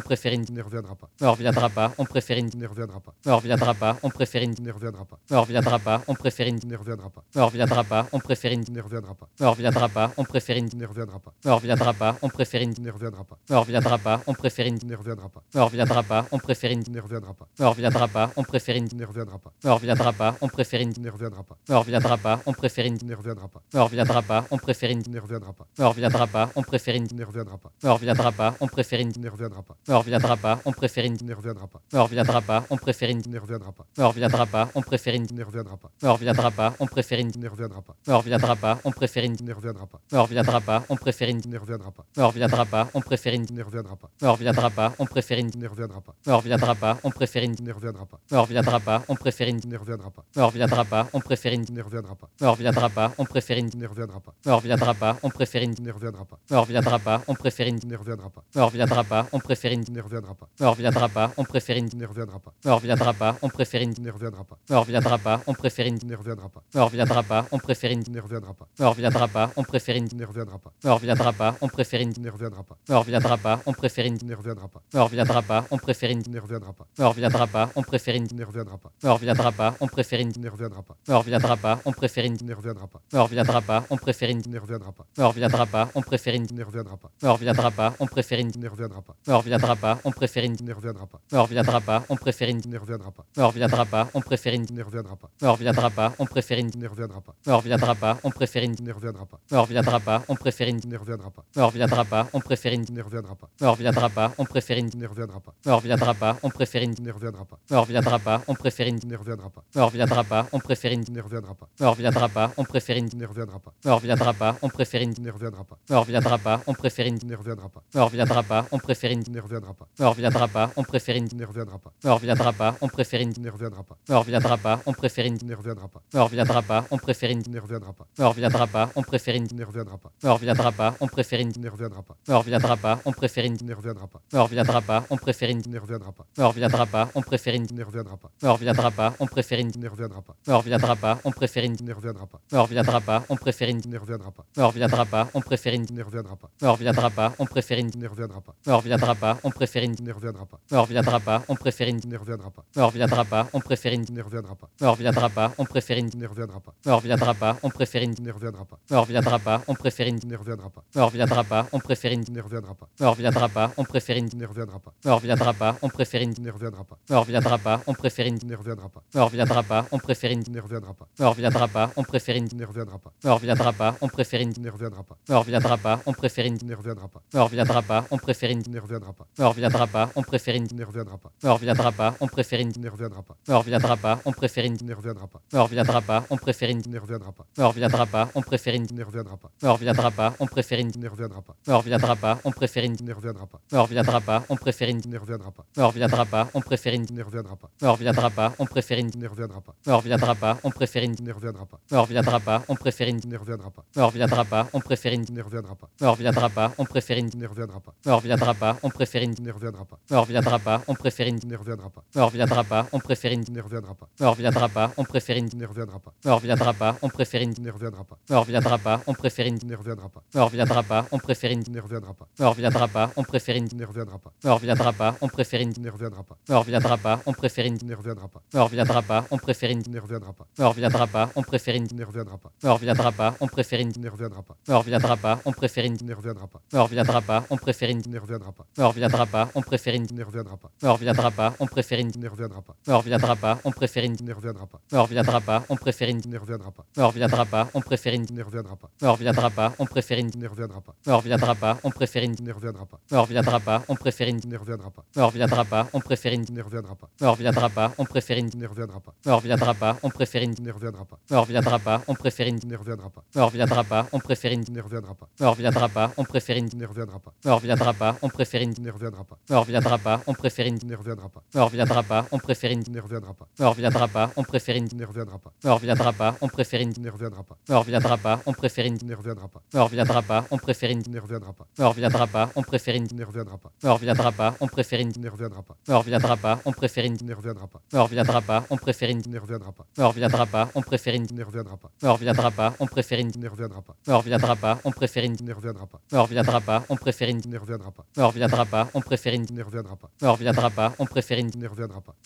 préfère une.
On n'y reviendra pas.
On reviendra pas, on préfère une.
On n'y reviendra pas.
On reviendra pas, on préfère une.
On n'y reviendra pas.
On reviendra pas, on préfère une.
On n'y reviendra pas.
On reviendra pas, on préfère une.
On n'y reviendra pas.
On reviendra pas, on préfère
On
une.
n'y reviendra pas.
On reviendra pas, on préfère une.
On n'y reviendra pas.
On reviendra pas, on préfère une.
On n'y reviendra pas.
On reviendra pas, on préfère une.
On n'y reviendra pas.
On reviendra pas, on préfère une.
On n'y reviendra pas.
On reviendra pas, on préfère une.
On n'y reviendra pas.
On reviendra pas, on préfère une.
On n'y reviendra pas. On n'y
On reviendra pas, on préfère une.
reviendra pas.
On reviendra pas, on préfère une.
On n'y reviendra pas.
On reviendra pas, on préfère une.
On n'y reviendra pas.
On reviendra pas, on préfère
On
une.
n'y reviendra pas.
On reviendra pas, on préfère une.
On n'y reviendra pas.
On reviendra pas, on préfère une.
On n'y reviendra pas.
On reviendra pas, on préfère une.
On n'y reviendra pas.
On reviendra pas, on préfère une.
On n'y reviendra pas.
On reviendra pas, on préfère une.
On n'y reviendra pas.
On reviendra pas, on préfère une.
On n'y reviendra pas.
On reviendra pas, on préfère une.
On n'y reviendra pas.
On reviendra pas, on préfère une.
On n'y reviendra pas.
On reviendra pas, on préfère une.
On n'y reviendra pas.
On reviendra pas, on préfère une.
On n'y reviendra pas. On
On reviendra pas, on préfère une.
n'y reviendra pas.
On reviendra pas, on préfère une.
On n'y reviendra pas.
On reviendra pas, on
On
préfère une.
n'y reviendra pas.
On reviendra pas, on préfère une.
On n'y reviendra pas.
On reviendra pas, on préfère une.
On n'y reviendra pas.
On reviendra pas, on préfère une.
On n'y reviendra pas.
On reviendra pas, on préfère une.
On n'y reviendra pas.
On reviendra pas, on préfère une.
On n'y reviendra pas.
On reviendra pas, on préfère une.
On n'y reviendra pas. On n'y reviendra pas. On n'y reviendra pas.
On reviendra pas, on préfère une. On reviendra pas, on préfère une. On reviendra pas, on préfère une.
On n'y reviendra pas.
On reviendra pas, on préfère une.
On n'y reviendra pas. On n'y reviendra pas.
On reviendra pas, on préfère une. On reviendra pas, on préfère une.
On n'y reviendra pas.
On reviendra pas, on préfère une.
On n'y reviendra pas.
On reviendra pas, on préfère une.
On n'y reviendra pas.
On reviendra pas, on préfère
On
une.
n'y reviendra pas.
On reviendra pas, on préfère une.
On n'y reviendra pas.
On reviendra pas, on préfère une.
On n'y reviendra pas.
On reviendra pas,
On n'y reviendra pas. On n'y reviendra pas. On n'y reviendra pas. On n'y reviendra pas.
on préfère une. On reviendra pas, on préfère une. On reviendra pas, on préfère une. On reviendra pas, on préfère une. On reviendra pas, on préfère une.
On n'y reviendra pas.
On reviendra pas, on préfère une.
On n'y reviendra pas.
On reviendra pas, on préfère une.
On n'y reviendra pas.
On reviendra pas, on préfère une.
On n'y reviendra pas.
On reviendra pas, on préfère une.
On n'y reviendra pas.
On reviendra pas, on préfère une.
On n'y reviendra pas.
On reviendra pas, on préfère
On
une.
n'y reviendra pas.
On reviendra pas, on préfère une.
On n'y reviendra pas.
On reviendra pas, on préfère une.
On n'y reviendra pas.
On reviendra pas, on préfère
On
une.
n'y reviendra pas.
On reviendra pas, on préfère une.
On n'y reviendra pas.
On reviendra pas, on préfère une.
On n'y reviendra pas.
On reviendra pas, on préfère une.
On n'y reviendra pas.
On reviendra pas, on préfère
On n'y reviendra pas.
une. On reviendra pas, on préfère une.
On n'y reviendra pas.
On reviendra pas, on préfère une.
On n'y reviendra pas.
On reviendra pas, on préfère une.
On n'y reviendra pas.
On reviendra pas, on préfère une.
On n'y reviendra pas.
On reviendra pas, on préfère une.
On n'y reviendra pas.
On reviendra pas, on préfère une.
On n'y reviendra pas.
On reviendra pas, on préfère une.
On n'y reviendra pas.
On reviendra pas, on
On n'y reviendra pas.
préfère une. On reviendra pas, on préfère une.
On n'y reviendra pas.
On reviendra pas, on préfère
On
une.
n'y reviendra pas.
On reviendra pas, on préfère une.
On n'y reviendra pas.
On reviendra pas, on préfère
On n'y reviendra pas.
une. On reviendra pas, on préfère une.
On n'y reviendra pas.
On reviendra pas, on préfère une.
On n'y reviendra pas.
On reviendra pas, on préfère une.
On n'y reviendra pas.
On reviendra pas, on préfère une.
On n'y reviendra pas.
On reviendra pas, on préfère une.
On n'y reviendra pas.
On reviendra pas, on préfère
On
une.
n'y reviendra pas.
On reviendra pas, on préfère une.
On n'y reviendra pas.
On reviendra pas, on préfère une.
On n'y reviendra pas.
On reviendra pas, on préfère une.
On n'y reviendra pas.
On reviendra pas,
On n'y reviendra pas.
on préfère une. On reviendra pas, on préfère
On
une.
n'y reviendra pas.
On reviendra pas, on préfère une.
On n'y reviendra pas.
On reviendra pas, on préfère une.
On n'y reviendra pas.
On reviendra
On n'y reviendra pas.
pas, on préfère une. On reviendra pas, on préfère une.
On n'y reviendra pas.
On reviendra pas, on préfère une.
On n'y reviendra pas.
On reviendra pas,
On
on préfère une.
n'y reviendra pas.
On reviendra pas, on préfère
On
une.
n'y reviendra pas. On
On reviendra pas, on préfère une.
n'y reviendra pas. On
On reviendra pas, on préfère une.
n'y reviendra pas.
On reviendra pas, on préfère une.
On n'y reviendra pas.
On reviendra pas, on préfère une.
On n'y reviendra pas.
On reviendra pas, on préfère une.
On n'y reviendra pas.
On reviendra pas,
On
on préfère une.
n'y reviendra pas.
On reviendra pas, on préfère une.
On n'y reviendra pas.
On reviendra pas, on préfère une.
On n'y reviendra pas.
On reviendra pas, on préfère une.
On n'y reviendra pas.
On reviendra pas, on préfère une.
On n'y reviendra pas.
On reviendra pas, on préfère une.
On n'y reviendra pas.
On reviendra pas, on préfère une.
On n'y reviendra pas.
On
On n'y reviendra pas. On n'y reviendra pas.
reviendra pas, on préfère une. On reviendra pas, on préfère une. On reviendra pas, on préfère une.
On n'y reviendra pas.
On reviendra pas, on préfère une.
On n'y reviendra pas.
On reviendra pas, on préfère une.
On n'y reviendra pas.
On reviendra pas, on préfère une.
On n'y reviendra pas.
On reviendra pas, on préfère une.
On n'y reviendra pas.
On reviendra pas, on préfère une.
On n'y reviendra pas.
On reviendra pas, on préfère une.
On n'y reviendra pas.
On reviendra pas, on préfère une.
On n'y reviendra pas.
On reviendra pas, on préfère une.
On n'y reviendra pas.
On reviendra pas, on préfère une.
On n'y reviendra pas.
On reviendra pas, on préfère une.
On n'y reviendra pas.
On reviendra pas, on préfère une.
On n'y reviendra pas.
On reviendra pas, on préfère une.
On n'y reviendra pas.
On reviendra pas, on préfère une.
On n'y reviendra pas.
On reviendra pas, on préfère une.
On n'y reviendra pas.
On reviendra pas,
On n'y reviendra pas. On n'y reviendra pas.
on préfère une. On reviendra pas, on préfère une. On reviendra pas, on préfère une.
On n'y reviendra pas.
On reviendra pas, on préfère une.
On n'y reviendra pas.
On reviendra pas, on préfère
On
une.
n'y reviendra pas.
On reviendra pas, on préfère une.
On n'y reviendra pas.
On reviendra pas, on préfère une.
On n'y reviendra pas.
On reviendra pas, on préfère une.
On n'y reviendra pas.
On reviendra pas, on préfère une.
On n'y reviendra pas.
On reviendra pas, on préfère une.
On n'y reviendra pas.
On reviendra pas, on préfère une.
On n'y reviendra pas.
On reviendra pas, on préfère une.
On n'y reviendra pas.
On reviendra pas, on préfère une.
On n'y reviendra pas.
On reviendra pas, on préfère une.
On n'y reviendra pas.
On reviendra pas, on préfère une.
On n'y reviendra pas.
On reviendra pas, on préfère une.
On n'y reviendra pas.
On reviendra pas, on préfère une.
On n'y reviendra pas.
On reviendra pas, on préfère une.
On n'y reviendra pas.
On reviendra pas, on préfère une.
On n'y reviendra pas.
On reviendra pas, on préfère une.
On n'y reviendra pas.
On reviendra pas, on préfère une.
On n'y reviendra pas.
On reviendra pas, pas, on préfère une.
On n'y reviendra pas.
On reviendra pas, on préfère une.
On n'y reviendra pas.
On reviendra pas, on préfère une.
On n'y reviendra pas.
On reviendra pas, on préfère une.
On n'y reviendra pas.
On reviendra pas, on préfère une.
On n'y reviendra pas.